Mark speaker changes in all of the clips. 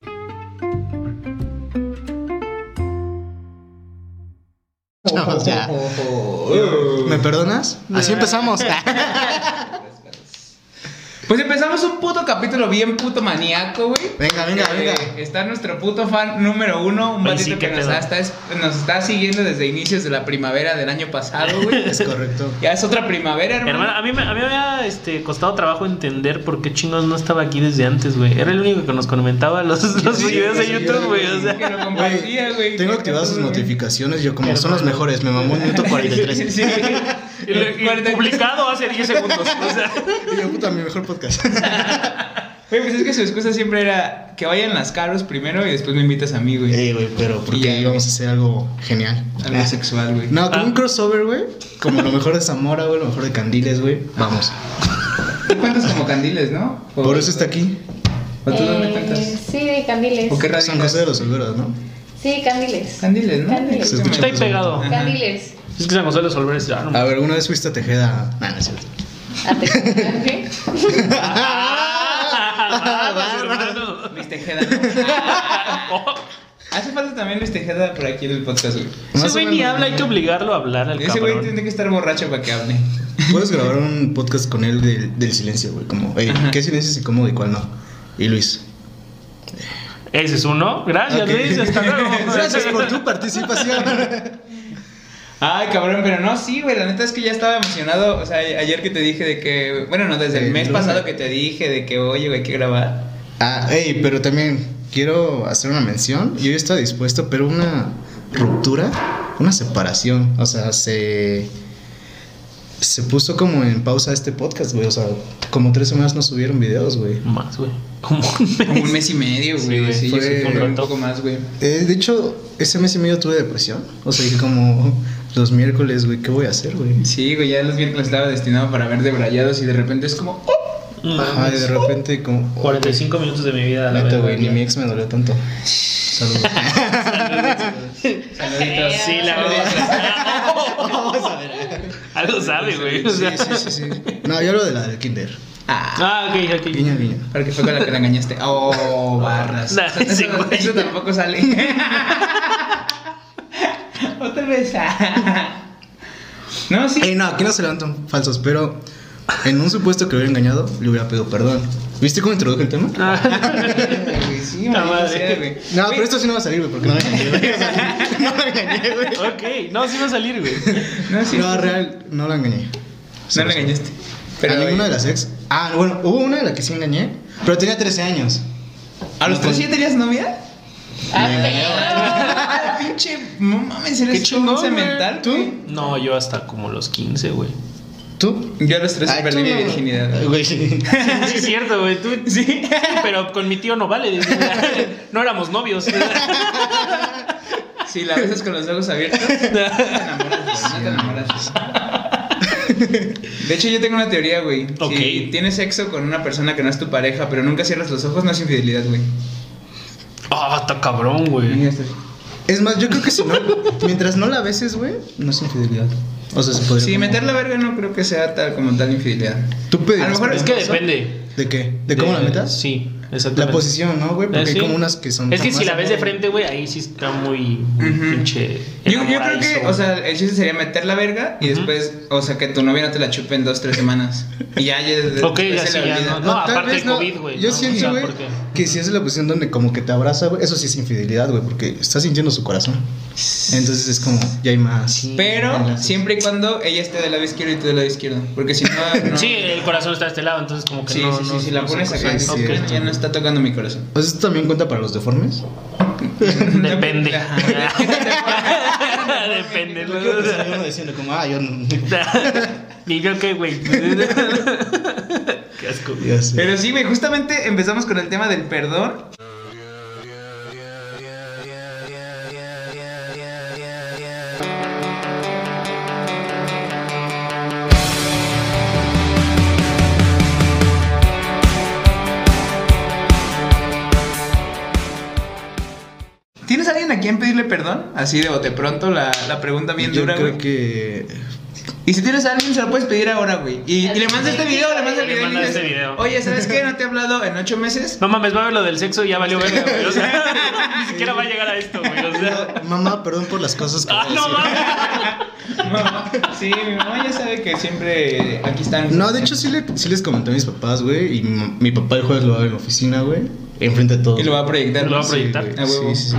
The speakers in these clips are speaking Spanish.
Speaker 1: bueno, o sea. ¿Me perdonas? Así empezamos.
Speaker 2: Pues empezamos un puto capítulo bien puto maníaco, güey.
Speaker 1: Venga, venga,
Speaker 2: Eh,
Speaker 1: venga.
Speaker 2: Está nuestro puto fan número uno, un
Speaker 3: Oye,
Speaker 2: batito
Speaker 3: sí, qué
Speaker 2: que nos
Speaker 3: pedo.
Speaker 2: está, es- nos está siguiendo desde inicios de la primavera del año pasado, güey.
Speaker 1: Es correcto.
Speaker 2: Ya es otra primavera, hermano.
Speaker 3: Hermano, a mí, me- a mí me había este, costado trabajo entender por qué chingos no estaba aquí desde antes, güey. Era el único que nos comentaba los, los
Speaker 2: Sí,
Speaker 3: videos de
Speaker 2: sí,
Speaker 3: YouTube, güey. O sea,
Speaker 2: que lo compartía, güey.
Speaker 1: Tengo activadas sus notificaciones, yo como son los
Speaker 3: Hermano.
Speaker 1: mejores, me mamó un minuto 43.
Speaker 2: Sí.
Speaker 3: y lo- y
Speaker 2: Cuarenta-
Speaker 3: publicado hace 10 segundos. O sea,
Speaker 1: Y yo, puta, mi mejor podcast.
Speaker 2: Güey, pues es que su excusa siempre era que vayan las caros primero y después me invitas a mí, güey.
Speaker 1: Eh, güey, pero
Speaker 2: Y ya,
Speaker 1: porque íbamos a hacer algo genial.
Speaker 2: Algo sexual, güey.
Speaker 1: No, como
Speaker 3: Ah.
Speaker 1: un crossover, güey. Como lo mejor de Zamora, güey, lo mejor de Candiles, güey. Vamos.
Speaker 2: Tú cuentas como candiles, ¿no? O-
Speaker 1: Por eso está aquí.
Speaker 2: ¿O tú dónde
Speaker 4: Eh,
Speaker 2: cuentas?
Speaker 4: Sí, candiles.
Speaker 2: ¿O qué radio?
Speaker 1: San José de los Olveros, ¿no?
Speaker 4: Sí, candiles.
Speaker 2: Candiles, ¿no?
Speaker 4: Candiles.
Speaker 1: Se escucha
Speaker 3: está ahí pegado.
Speaker 2: Ajá.
Speaker 4: Candiles.
Speaker 3: Es que San José de los Olveres ya
Speaker 2: Ah.
Speaker 3: no.
Speaker 1: A ver, ¿una vez fuiste a Tejeda? Nah, no es cierto.
Speaker 4: Ate-
Speaker 3: Ah,
Speaker 1: barra.
Speaker 3: hermano.
Speaker 2: Luis Tejeda. ¿no?
Speaker 1: ah,
Speaker 2: Hace falta también Luis Tejeda por aquí en el podcast, güey.
Speaker 3: Ese
Speaker 1: Más o
Speaker 3: güey ni
Speaker 1: menos.
Speaker 3: habla, hay que obligarlo a hablar al
Speaker 2: Ese güey
Speaker 3: cabrón.
Speaker 2: tiene que estar borracho para que hable.
Speaker 1: Puedes grabar un podcast con él del, del silencio, güey. Como, hey,
Speaker 2: Ajá.
Speaker 1: ¿qué silencio es incómodo y cuál no? Y Luis.
Speaker 3: Ese es uno. Gracias,
Speaker 1: Ok.
Speaker 3: Luis. Hasta luego.
Speaker 1: Gracias por tu participación.
Speaker 2: Ay, cabrón, pero no, sí, güey. La neta es que ya estaba emocionado. O sea, ayer que te dije de que. Bueno, no, desde el
Speaker 1: El
Speaker 2: mes
Speaker 1: lunes.
Speaker 2: pasado que te dije de que, oye, güey, hay que grabar.
Speaker 1: ah, hey, pero también quiero hacer una mención. Yo ya estaba dispuesto, pero una ruptura, una separación. O sea, se. Se puso como en pausa este podcast, güey. O sea, como tres semanas no subieron videos, güey.
Speaker 3: Más, güey. Como
Speaker 2: Como un mes y medio,
Speaker 3: Sí,
Speaker 2: güey.
Speaker 3: güey,
Speaker 2: Sí, yo
Speaker 1: fue-
Speaker 2: creo que fue un
Speaker 3: rato.
Speaker 2: poco más, güey.
Speaker 1: Eh, de hecho, ese mes y medio tuve depresión. O sea, dije como los miércoles, güey, ¿qué voy a hacer, güey?
Speaker 2: Sí, güey, ya los miércoles estaba destinado para ver debrayados y de repente es como. ¡oh!
Speaker 1: Ajá, y de repente como...
Speaker 3: 45 minutos de mi vida. a la
Speaker 1: Neta,
Speaker 3: verga,
Speaker 1: güey, ni mi ex me dolió tanto. Saludos.
Speaker 3: Saluditos. Sí, la verdad. Algo sabe, güey. o
Speaker 1: Sí,
Speaker 3: sea.
Speaker 1: sí, sí, sí. No, yo lo de la del kinder.
Speaker 2: Ah,
Speaker 3: Ah, ok, ok.
Speaker 1: Guiño, guiño.
Speaker 2: para que fue con la que la engañaste. Oh, barras.
Speaker 3: Nah,
Speaker 2: eso,
Speaker 3: sí, güey.
Speaker 2: eso tampoco sale. Otra vez. ah. No, sí.
Speaker 1: Ey, Eh, no, aquí no se levantan falsos, pero en un supuesto que lo hubiera engañado, le hubiera pedido perdón. ¿Viste cómo introdujo el tema?
Speaker 2: Güey, sí,
Speaker 3: La
Speaker 2: maldita
Speaker 3: madre.
Speaker 2: sea, güey.
Speaker 1: No,
Speaker 2: Ah, Güey,
Speaker 1: pero esto sí no va a salir, güey, porque no me engañé, güey. O sea, No me engañé, güey.
Speaker 3: Ok, no, sí va a salir, güey.
Speaker 2: No, sí.
Speaker 1: No, real, no la engañé.
Speaker 2: No la engañaste. Pero eh,
Speaker 1: a ninguna de las ex. Ah, bueno, hubo una de la que sí engañé, pero tenía 13 años.
Speaker 2: ¿A los tres ya tenías novia?
Speaker 4: ate-
Speaker 2: Ah, pinche, no mames, eres
Speaker 3: Qué
Speaker 2: un
Speaker 3: chingón, güey.
Speaker 2: cemental.
Speaker 1: ¿Tú?
Speaker 3: No, yo hasta como los 15, güey.
Speaker 1: ¿Tú?
Speaker 2: Yo a los tres
Speaker 1: Ay,
Speaker 2: perdí
Speaker 1: tú
Speaker 2: mi
Speaker 1: no.
Speaker 2: virginidad. güey.
Speaker 1: Güey, sí.
Speaker 3: Sí, es cierto, güey. Tú,
Speaker 2: Sí.
Speaker 3: pero con mi tío no vale. decía. No éramos novios.
Speaker 2: Si la besas con los ojos abiertos, no te enamoras, güey, no te enamoras. De hecho, yo tengo una teoría, güey.
Speaker 3: Ok.
Speaker 2: Si tienes sexo con una persona que no es tu pareja, pero nunca cierras los ojos, no es infidelidad, güey.
Speaker 3: Ah, está cabrón, güey.
Speaker 1: Es más, yo creo que si no, mientras no la beses, güey, no es infidelidad. O sea, se podría.
Speaker 2: Sí,
Speaker 1: como-
Speaker 2: meter la verga no creo que sea tal como tal infidelidad.
Speaker 1: Tú
Speaker 2: A lo
Speaker 1: pedirías.
Speaker 2: mejor
Speaker 3: Es
Speaker 1: perdón?
Speaker 3: que depende.
Speaker 1: ¿De qué? ¿De cómo la metas?
Speaker 3: Sí, exactamente.
Speaker 1: La posición, ¿no, güey? Porque
Speaker 3: Eh, sí.
Speaker 1: hay como unas que son.
Speaker 3: Es que
Speaker 1: más
Speaker 3: si la ves de
Speaker 1: amor.
Speaker 3: frente, güey, ahí sí está muy
Speaker 2: Ujú.
Speaker 3: muy pinche.
Speaker 2: Yo, yo creo que,
Speaker 3: enamoradizo,
Speaker 2: o sea, el chiste sería meter la verga y después, o sea, que tu novia no te la chupe en dos, tres semanas. Y ya, ya, después
Speaker 3: Ok, ya sí, ya,
Speaker 2: olvida.
Speaker 3: no, no.
Speaker 1: O tal
Speaker 3: aparte
Speaker 1: vez
Speaker 3: el COVID, güey,
Speaker 1: Yo
Speaker 3: ¿no? O
Speaker 1: siento,
Speaker 3: sea,
Speaker 1: güey,
Speaker 3: porque-
Speaker 1: que si es la posición donde como que te abraza, güey, eso sí es infidelidad, güey, porque estás sintiendo su corazón. Entonces es como, ya hay más.
Speaker 3: Sí.
Speaker 2: Pero siempre y cuando ella esté del lado izquierdo y tú del lado izquierdo. Porque si no. no-
Speaker 3: Sí, el corazón está de este lado, entonces como que
Speaker 2: Sí,
Speaker 3: no.
Speaker 2: sí, sí,
Speaker 3: no-
Speaker 2: si la
Speaker 3: no
Speaker 2: pones
Speaker 3: sé
Speaker 2: acá,
Speaker 1: cosa,
Speaker 2: sí,
Speaker 1: ok.
Speaker 2: ya no está tocando mi corazón.
Speaker 1: O sea,
Speaker 2: pues,
Speaker 1: Pues ¿esto también cuenta para los deformes?
Speaker 3: cómo- Depende.
Speaker 2: Ajá.
Speaker 3: Depende.
Speaker 1: Yo creo que se me iba diciendo como, ah, yo no.
Speaker 3: Y yo qué, güey. Qué asco.
Speaker 1: Ya sé.
Speaker 2: Pero sí, güey, justamente empezamos con el tema del perdón. ¿Tienes alguien a quien pedirle perdón? Así de bote pronto, la, la pregunta bien
Speaker 1: Yo
Speaker 2: dura,
Speaker 1: creo
Speaker 2: güey.
Speaker 1: que
Speaker 2: Y si tienes a alguien, se lo puedes pedir ahora, güey. Y, y le mandas este video, le mandas el
Speaker 3: Le
Speaker 2: video. y
Speaker 3: mandas
Speaker 2: dices,
Speaker 3: este video.
Speaker 2: Oye, ¿sabes qué? No te he hablado en ocho meses.
Speaker 3: No mames, va a ver lo del sexo y ya valió verga, güey. O sea, ni siquiera va a llegar a esto, güey. O sea.
Speaker 1: Mamá, perdón por las cosas que
Speaker 3: Ah,
Speaker 1: voy a
Speaker 3: no
Speaker 1: decir.
Speaker 3: mames.
Speaker 2: Mamá. Sí, mi mamá ya sabe que siempre aquí están.
Speaker 1: No, de hecho sí, le- sí les comenté a mis papás, güey. Y mi, mi papá el jueves lo va a ver en la oficina, güey. Enfrente de todos.
Speaker 2: Y lo va a proyectar.
Speaker 3: Lo va a proyectar.
Speaker 1: güey.
Speaker 2: A huevo.
Speaker 1: Sí, sí, sí.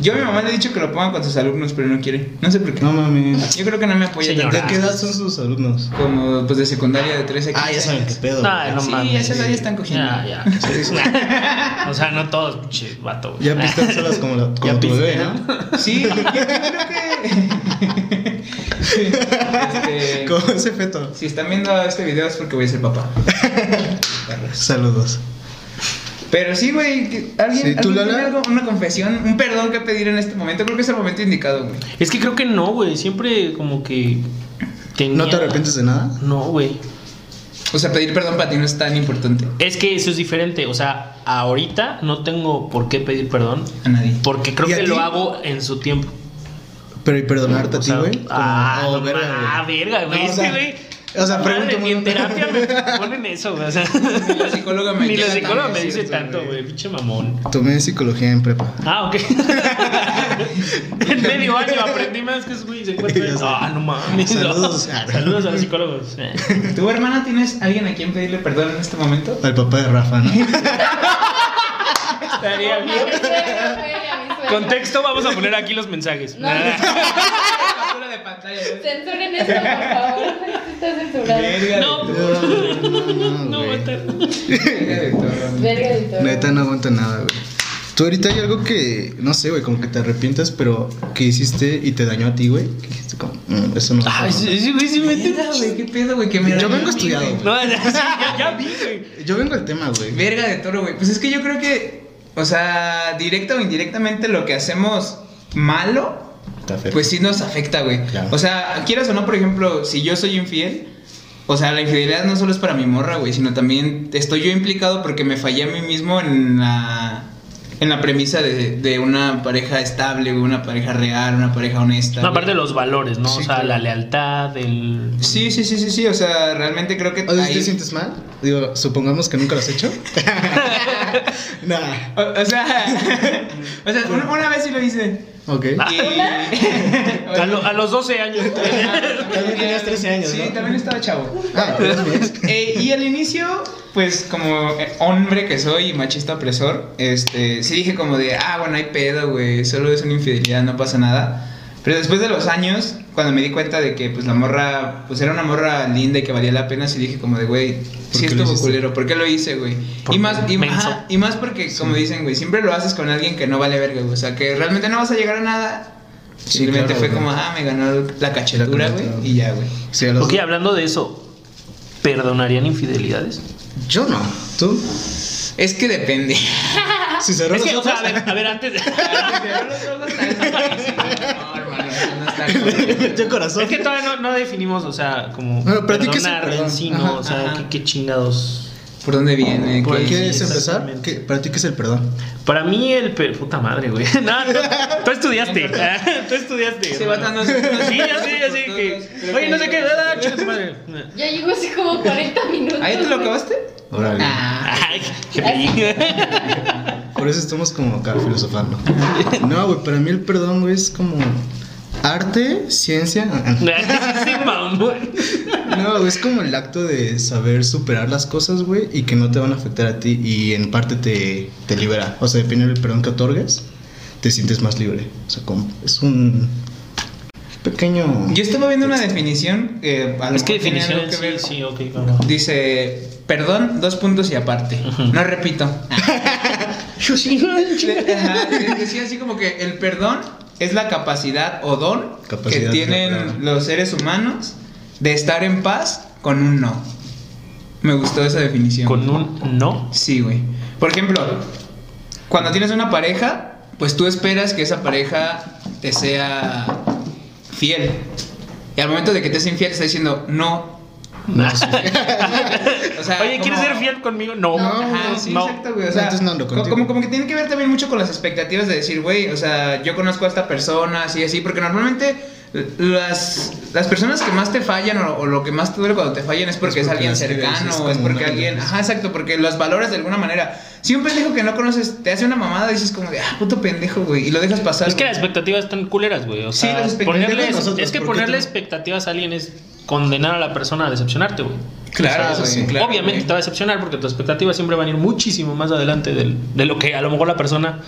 Speaker 2: Yo a mi mamá le he dicho que lo pongan con sus alumnos, pero no quiere. No sé por qué.
Speaker 1: No mames.
Speaker 2: Yo creo que no me apoya
Speaker 3: Señora.
Speaker 2: tanto.
Speaker 1: ¿De qué edad son sus alumnos?
Speaker 2: Como pues de secundaria de 13 a 15
Speaker 1: Ah, ya saben qué
Speaker 2: años.
Speaker 1: pedo.
Speaker 3: Ay,
Speaker 1: güey.
Speaker 3: no
Speaker 2: sí,
Speaker 3: mames.
Speaker 2: ya se la ya están cogiendo.
Speaker 3: Ya, ya. O sea, no todos, pinche vato, güey.
Speaker 1: Ya pistan solas como, la, como tu
Speaker 3: piste,
Speaker 1: bebé, ¿no?
Speaker 2: Sí, yo, yo creo que. Este,
Speaker 1: Como ese feto.
Speaker 2: Si están viendo este video es porque voy a ser papá.
Speaker 1: Saludos.
Speaker 2: Pero sí, güey, que- alguien,
Speaker 1: Sí, ¿tú,
Speaker 2: alguien tiene
Speaker 1: Lala?
Speaker 2: algo- una confesión, un perdón que pedir en este momento. Creo que es el momento indicado, güey.
Speaker 3: Es que creo que no, güey. Siempre como que. tenía-
Speaker 1: ¿No te arrepientes de nada?
Speaker 3: No, güey.
Speaker 2: O sea, pedir perdón para ti no es tan importante.
Speaker 3: Es que eso es diferente. O sea, ahorita no tengo por qué pedir perdón.
Speaker 2: A nadie.
Speaker 3: Porque creo
Speaker 1: ¿Y a
Speaker 3: que
Speaker 1: ti?
Speaker 3: lo hago en su tiempo.
Speaker 1: Pero y perdonarte a
Speaker 3: O
Speaker 1: ti,
Speaker 3: sea,
Speaker 1: güey. Como,
Speaker 3: Ah,
Speaker 1: oh,
Speaker 3: no, ma-
Speaker 1: verga, güey.
Speaker 3: ah, verga, güey.
Speaker 1: No, o
Speaker 3: este
Speaker 1: sea,
Speaker 3: güey.
Speaker 1: o sea,
Speaker 3: madre,
Speaker 1: pregunto
Speaker 3: ni en
Speaker 1: muy-
Speaker 3: terapia me ponen eso, güey. O sea,
Speaker 2: Ni la psicóloga me
Speaker 3: ni la
Speaker 2: llega
Speaker 3: psicóloga
Speaker 2: tanto,
Speaker 3: me
Speaker 2: es
Speaker 3: dice
Speaker 2: cierto,
Speaker 3: tanto,
Speaker 2: güey.
Speaker 3: güey. Pinche mamón.
Speaker 1: Tomé psicología en prepa.
Speaker 3: Ah, ok. en medio año aprendí más que eso, güey. Se encuentra.
Speaker 1: Ya sé.
Speaker 3: Ah, no mames.
Speaker 1: Saludos.
Speaker 3: Saludos a los psicólogos.
Speaker 2: ¿Tu hermana tienes alguien a quien pedirle perdón en este momento?
Speaker 1: Al papá de Rafa, ¿no?
Speaker 3: Estaría
Speaker 4: A mi
Speaker 3: bien.
Speaker 4: suegra, güey, a mi suegra.
Speaker 3: Contexto, vamos a poner aquí los mensajes. Ah.
Speaker 4: No,
Speaker 2: Captura de pantalla.
Speaker 4: Censuren esto, por favor. Esto Está censurado.
Speaker 2: Verga
Speaker 3: No,
Speaker 2: de
Speaker 1: No,
Speaker 2: todo,
Speaker 1: no,
Speaker 3: no,
Speaker 1: no,
Speaker 3: va a
Speaker 1: güey.
Speaker 3: estar.
Speaker 2: verga de todo.
Speaker 4: Verga del toro.
Speaker 1: Neta no aguanta nada, güey. Tú ahorita hay algo que, no sé, güey, como que te arrepientas, pero que hiciste y te dañó a ti, güey. Que dijiste como, "Mm, eso no.
Speaker 3: Ay, sí, sí, güey, sí me
Speaker 2: Verga, güey, qué pedo, güey, que me
Speaker 1: Yo
Speaker 2: dañó
Speaker 1: vengo
Speaker 2: a mí,
Speaker 1: estudiado,
Speaker 2: güey.
Speaker 1: güey.
Speaker 3: No, ya, ya, ya vi, güey.
Speaker 1: Yo vengo al tema, güey.
Speaker 2: Verga de toro, güey. Pues es que yo creo que, o sea, directa o indirectamente lo que hacemos malo,
Speaker 1: Está feo.
Speaker 2: pues sí nos afecta, güey.
Speaker 1: Claro.
Speaker 2: O sea, quieras o no, por ejemplo, si yo soy infiel, o sea, la infidelidad no solo es para mi morra, güey, sino también estoy yo implicado porque me fallé a mí mismo en la, en la premisa de, de una pareja estable, güey, una pareja real, una pareja honesta.
Speaker 3: No,
Speaker 2: güey.
Speaker 3: aparte de los valores, ¿no?
Speaker 1: Sí,
Speaker 3: o sea,
Speaker 1: claro.
Speaker 3: la lealtad, el.
Speaker 2: Sí, sí, sí, sí, sí, o sea, realmente creo que...
Speaker 1: O sea, ¿Te
Speaker 2: ahí-
Speaker 1: sientes mal? Digo, supongamos que nunca lo has hecho. nah.
Speaker 2: o, o sea, o sea una, una vez sí lo hice.
Speaker 1: Ok.
Speaker 3: Ah.
Speaker 2: Y-
Speaker 3: A, lo- a los 12 años.
Speaker 1: También tenías 13 años,
Speaker 2: Sí,
Speaker 1: ¿no?
Speaker 2: también estaba chavo.
Speaker 1: Ah, pues,
Speaker 2: Eh, y al inicio, pues como eh, hombre que soy y machista opresor, este, sí dije como de, ah, bueno, hay pedo, güey, solo es una infidelidad, no pasa nada. Pero después de los años, cuando me di cuenta de que pues la morra, pues era una morra linda y que valía la pena, sí dije como de, güey, sí
Speaker 1: qué lo
Speaker 2: estuvo
Speaker 1: hiciste?
Speaker 2: culero, ¿por qué lo hice, güey?
Speaker 3: Por
Speaker 2: Y más, y,
Speaker 3: menso.
Speaker 2: ajá, y más porque, como dicen, güey, siempre lo haces con alguien que no vale verga, güey, o sea, que realmente no vas a llegar a nada.
Speaker 1: Sí,
Speaker 2: Simplemente
Speaker 1: claro,
Speaker 2: fue
Speaker 1: güey.
Speaker 2: como, ah, me ganó la cachetura, güey,
Speaker 1: cachetada.
Speaker 2: y ya, güey.
Speaker 1: sí, a los-
Speaker 3: ok, hablando de eso, ¿perdonarían infidelidades?
Speaker 1: Yo no. ¿Tú?
Speaker 2: Es que depende.
Speaker 1: Si cerró
Speaker 3: Es que,
Speaker 1: los
Speaker 3: o sea,
Speaker 1: ojos.
Speaker 3: a ver, a ver, antes.
Speaker 1: Yo corazón.
Speaker 3: Es que todavía no, no definimos, o sea, como
Speaker 1: Bueno, pero a ti qué es el
Speaker 3: perdonar en
Speaker 1: perdón.
Speaker 3: sí, ¿no?
Speaker 1: Ajá,
Speaker 3: o sea,
Speaker 2: ajá.
Speaker 3: qué, qué chingados.
Speaker 2: ¿Por dónde viene?
Speaker 3: ¿Por
Speaker 2: ¿Qué?
Speaker 1: ¿Qué es
Speaker 3: Sí,
Speaker 1: empezar?
Speaker 3: exactamente.
Speaker 1: ¿Qué- ¿Para ti qué es el perdón?
Speaker 3: Para mí el... per- Puta madre, güey. No, tú, tú estudiaste. tú estudiaste.
Speaker 2: Ese
Speaker 3: hermano.
Speaker 2: vato no se conoce.
Speaker 3: Sí, ya sé, ya sé.
Speaker 2: Por
Speaker 3: que-
Speaker 2: todos lados.
Speaker 3: Oye, no sé qué... ah, chinga tu madre.
Speaker 4: Ya llegó así como 40 minutos.
Speaker 2: ¿Ahí te lo
Speaker 4: güey.
Speaker 2: acabaste?
Speaker 1: Órale.
Speaker 2: Ah.
Speaker 3: Ay, qué bello.
Speaker 1: Por eso estamos como acá filosofando. No, güey, para mí el perdón, güey, es como arte, ciencia.
Speaker 3: Sí, mamón.
Speaker 1: No, güey, es como el acto de saber superar las cosas, güey, y que no te van a afectar a ti y en parte te, te libera. O sea, depende del perdón que otorgues, te sientes más libre. O sea, como es un pequeño...
Speaker 2: Yo estaba viendo una definición. eh, a lo
Speaker 3: Es que
Speaker 2: mejor tiene algo
Speaker 3: definición,
Speaker 2: que ver.
Speaker 3: sí, sí, ok, vamos.
Speaker 2: Dice, perdón, dos puntos y aparte.
Speaker 3: Ujú.
Speaker 2: No repito. De- ajá, de- Decía así como que el perdón es la capacidad o don
Speaker 1: Capacidad de
Speaker 2: que
Speaker 1: perdonar.
Speaker 2: tienen los seres humanos de estar en paz con un no. Me gustó esa definición.
Speaker 3: Con un no.
Speaker 2: Sí, güey. Por ejemplo, cuando tienes una pareja, pues tú esperas que esa pareja te sea fiel. Y al momento de que te es infiel, está diciendo, no,
Speaker 1: No, sí.
Speaker 2: O sea,
Speaker 3: Oye, ¿quieres
Speaker 2: como-
Speaker 3: ser fiel conmigo? No.
Speaker 1: No.
Speaker 2: Ajá, sí,
Speaker 3: no.
Speaker 2: exacto, güey. O
Speaker 1: No,
Speaker 2: sea,
Speaker 1: entonces no ando
Speaker 2: co- como,
Speaker 1: contigo.
Speaker 2: como, que tiene que ver también mucho con las expectativas de decir, güey, o sea, yo conozco a esta persona, así, así, porque normalmente l- las, las personas que más te fallan o, o lo que más te duele cuando te fallan es porque es,
Speaker 1: Es porque
Speaker 2: alguien
Speaker 1: las crees,
Speaker 2: cercano
Speaker 1: es
Speaker 2: o es
Speaker 1: como
Speaker 2: porque
Speaker 1: una
Speaker 2: alguien.
Speaker 1: relación.
Speaker 2: Ajá, exacto, porque los valores de alguna manera. Si un pendejo que no conoces te hace una mamada, dices como de, ah, puto pendejo, güey, y lo dejas pasar.
Speaker 3: Es que
Speaker 2: güey.
Speaker 3: las expectativas están culeras, güey. O
Speaker 2: Sí,
Speaker 3: sea,
Speaker 2: las expectativas
Speaker 3: ponerle,
Speaker 1: nosotros,
Speaker 3: es que
Speaker 1: ¿por qué
Speaker 3: ponerle
Speaker 1: tú no?
Speaker 3: expectativas a alguien es condenar a la persona a decepcionarte, güey.
Speaker 2: Claro,
Speaker 1: o sea,
Speaker 2: güey,
Speaker 1: sí.
Speaker 2: claro,
Speaker 3: Obviamente
Speaker 2: güey.
Speaker 3: te va a decepcionar porque tus expectativas siempre van a ir muchísimo más adelante del- de lo que a lo mejor la persona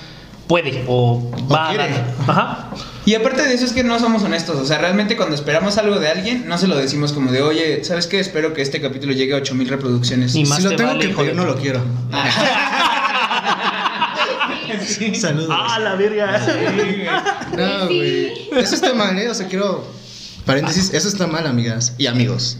Speaker 3: puede o
Speaker 1: O
Speaker 3: va a
Speaker 1: quiere.
Speaker 3: dar. Ajá.
Speaker 2: Y aparte de eso es que no somos honestos, o sea, realmente cuando esperamos algo de alguien, no se lo decimos como de, oye, ¿sabes qué? Espero que este capítulo llegue a 8000 reproducciones.
Speaker 3: Y más
Speaker 1: Si lo
Speaker 3: te
Speaker 1: tengo
Speaker 3: vale,
Speaker 1: que
Speaker 3: hijo de
Speaker 1: pedir, no
Speaker 3: tu-
Speaker 1: lo quiero. Saludos.
Speaker 3: Ah, la verga.
Speaker 1: No, güey. Eso está mal, ¿eh? O sea, quiero. Paréntesis, eso está mal, amigas y amigos.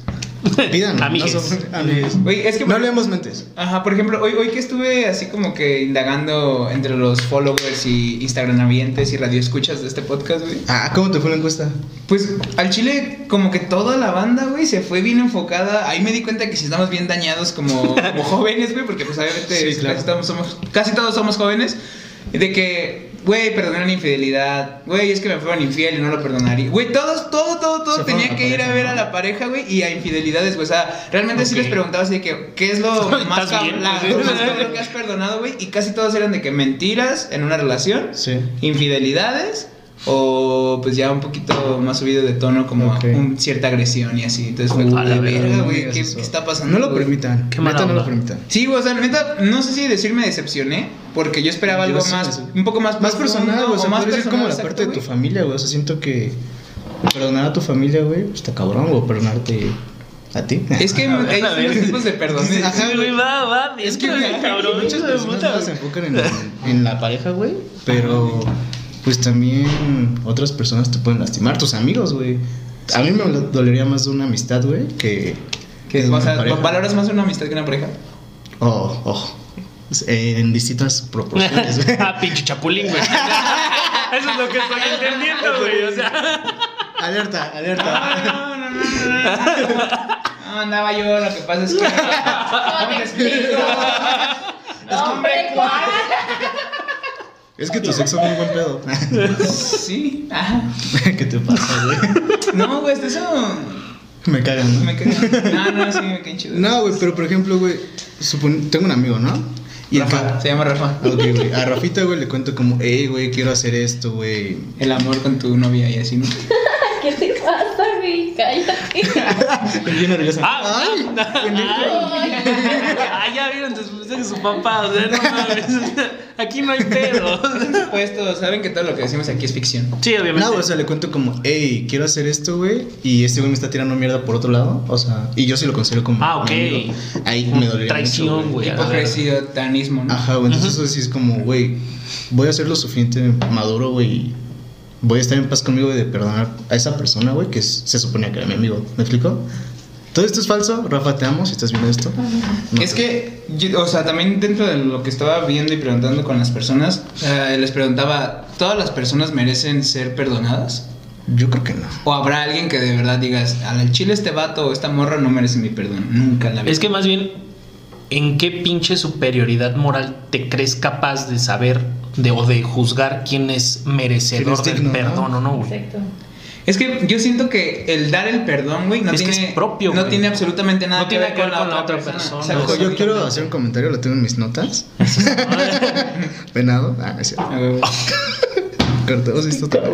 Speaker 1: Pidan.
Speaker 3: Amigues.
Speaker 1: No, son- amigues.
Speaker 2: Oye, es que...
Speaker 1: no hablemos mentes.
Speaker 2: Ajá, por ejemplo, hoy, hoy que estuve así como que indagando entre los followers y instagramavientes y radioescuchas de este podcast, güey.
Speaker 1: Ah, ¿cómo te fue la encuesta?
Speaker 2: Pues al chile como que toda la banda, güey, se fue bien enfocada. Ahí me di cuenta que si estamos bien dañados como, como jóvenes, güey, porque pues obviamente
Speaker 1: Sí,
Speaker 2: es-
Speaker 1: claro.
Speaker 2: casi, todos somos, casi todos somos jóvenes. De que, güey, perdonaron infidelidad. Güey, es que me fueron infiel y no lo perdonaría. Güey, todos, todo, todo,
Speaker 1: Se
Speaker 2: todo
Speaker 1: fueron
Speaker 2: tenía
Speaker 1: a la
Speaker 2: que ir a
Speaker 1: pareja,
Speaker 2: ver
Speaker 1: ¿no?
Speaker 2: a la pareja, güey, y a infidelidades, güey. O sea, realmente sí
Speaker 3: Ok.
Speaker 2: les preguntaba así de que, ¿qué es lo
Speaker 3: ¿Estás
Speaker 2: más
Speaker 3: bien?
Speaker 2: cabrón la- lo más cabrón que has perdonado, güey? Y casi todos eran de que mentiras en una relación
Speaker 1: Sí.
Speaker 2: infidelidades o pues ya un poquito más subido de tono como
Speaker 1: Ok.
Speaker 2: un- cierta agresión y así. Entonces fue
Speaker 3: Uy,
Speaker 2: como
Speaker 3: a la
Speaker 2: de verga,
Speaker 1: No
Speaker 2: güey,
Speaker 1: digas
Speaker 2: ¿qué,
Speaker 1: eso.
Speaker 2: qué está pasando?
Speaker 1: No lo
Speaker 2: güey?"
Speaker 1: permitan.
Speaker 3: Qué mala
Speaker 1: Neta, no lo
Speaker 3: onda.
Speaker 1: permitan.
Speaker 2: Sí, güey, o sea, neta, no sé si decir me decepcioné porque yo esperaba
Speaker 1: Yo
Speaker 2: algo
Speaker 1: sí me
Speaker 2: más,
Speaker 1: decep-
Speaker 2: un poco más,
Speaker 1: Más
Speaker 2: profundo,
Speaker 1: personal, güey. O sea,
Speaker 2: más
Speaker 1: podría ser
Speaker 2: personal,
Speaker 1: como la
Speaker 2: exacto,
Speaker 1: parte de tu
Speaker 2: güey.
Speaker 1: familia, güey. O sea, siento que perdonar a tu familia, güey, está cabrón, o perdonarte a ti.
Speaker 2: Es que
Speaker 3: A ver,
Speaker 2: hay
Speaker 3: a ver.
Speaker 2: unos tipos de perdones.
Speaker 1: Ajá.
Speaker 3: Sí, güey, va, va,
Speaker 1: Es que
Speaker 3: dentro,
Speaker 1: güey,
Speaker 3: cabrón,
Speaker 1: muchas
Speaker 3: hijo de
Speaker 1: personas
Speaker 3: puta,
Speaker 1: nada más se
Speaker 3: güey.
Speaker 1: enfocan en, en la pareja, güey. Pero pues también otras personas te pueden lastimar, tus amigos, güey. A mí me dolería más de una amistad, güey, que, que de
Speaker 2: Que, o
Speaker 1: una
Speaker 2: sea,
Speaker 1: pareja.
Speaker 2: valoras más una amistad que una pareja.
Speaker 1: Oh, oh. En distintas proporciones, güey.
Speaker 3: Ah, pinche chapulín, güey. Eso es lo que estoy entendiendo, güey. O sea,
Speaker 1: alerta, alerta.
Speaker 2: No, no, no, no, no, no. No, andaba yo, lo que pasa es que.
Speaker 4: No te explico. Hombre, ¿cuál?
Speaker 1: Es que tu sexo es muy buen pedo.
Speaker 2: Sí. Ajá.
Speaker 1: ¿Qué te pasa, güey?
Speaker 2: No, güey, hasta eso.
Speaker 1: Me cagan, ¿no?
Speaker 2: Me cae- No, Ah, no, sí, me caen chido.
Speaker 1: No, güey, pero por ejemplo, güey, supon- tengo un amigo, ¿no? Y el
Speaker 2: Rafa,
Speaker 1: ca- Ah,
Speaker 2: se llama Rafa.
Speaker 1: Ok, güey. A Rafita, güey, le cuento como, hey, güey, quiero hacer esto, güey.
Speaker 2: El amor con tu novia y así, ¿no?
Speaker 4: ¿Qué te pasa, güey? Cállate.
Speaker 1: Bien nerviosa.
Speaker 3: Ah,
Speaker 1: ¡Ay! pendejo.
Speaker 3: ah, ya vieron después de su papá. O sea, no mames. o sea, Aquí no hay pedo.
Speaker 2: Por supuesto, saben que todo lo que decimos aquí es ficción.
Speaker 3: Sí, obviamente.
Speaker 1: No, güey, o sea, le cuento como, hey, quiero hacer esto, güey. Y este güey me está tirando mierda por otro lado. O sea, y yo sí lo considero como.
Speaker 3: Ah, ok.
Speaker 1: mi amigo. Ahí me dolería.
Speaker 3: Traición,
Speaker 1: mucho,
Speaker 3: güey. a la
Speaker 2: Hipocresía, tanismo, ¿no?
Speaker 1: Ajá, güey. Entonces eso sí es como, güey, voy a ser lo suficiente maduro, güey. y Voy a estar en paz conmigo y de perdonar a esa persona, güey, que es- se suponía que era mi amigo. ¿Me explico? Todo esto es falso. Rafa, te amo si estás viendo esto. No
Speaker 2: Es
Speaker 1: te-
Speaker 2: que, yo- o sea, también dentro de lo que estaba viendo y preguntando con las personas, eh, les preguntaba, ¿todas las personas merecen ser perdonadas?
Speaker 1: Yo creo que no.
Speaker 2: ¿O habrá alguien que de verdad digas, al chile este vato o esta morra no merece mi perdón? Nunca en la vida.
Speaker 3: Es que más bien, ¿en qué pinche superioridad moral te crees capaz de saber de, o de juzgar quién es
Speaker 1: Quién
Speaker 3: merecedor
Speaker 1: es
Speaker 3: del
Speaker 1: digno, ¿no?
Speaker 3: perdón o no, güey?
Speaker 4: Exacto.
Speaker 2: Es que yo siento que el dar el perdón, güey, no
Speaker 3: Es que
Speaker 2: tiene
Speaker 3: es propio,
Speaker 2: no
Speaker 3: güey.
Speaker 2: tiene absolutamente nada
Speaker 3: No tiene que ver con la otra persona.
Speaker 2: Exacto,
Speaker 1: Ojo, yo quiero
Speaker 2: exactamente.
Speaker 1: hacer un comentario, lo tengo en mis notas. Venado. Ah, no es cierto.
Speaker 2: A huevo.
Speaker 1: Cortamos esto otra vez.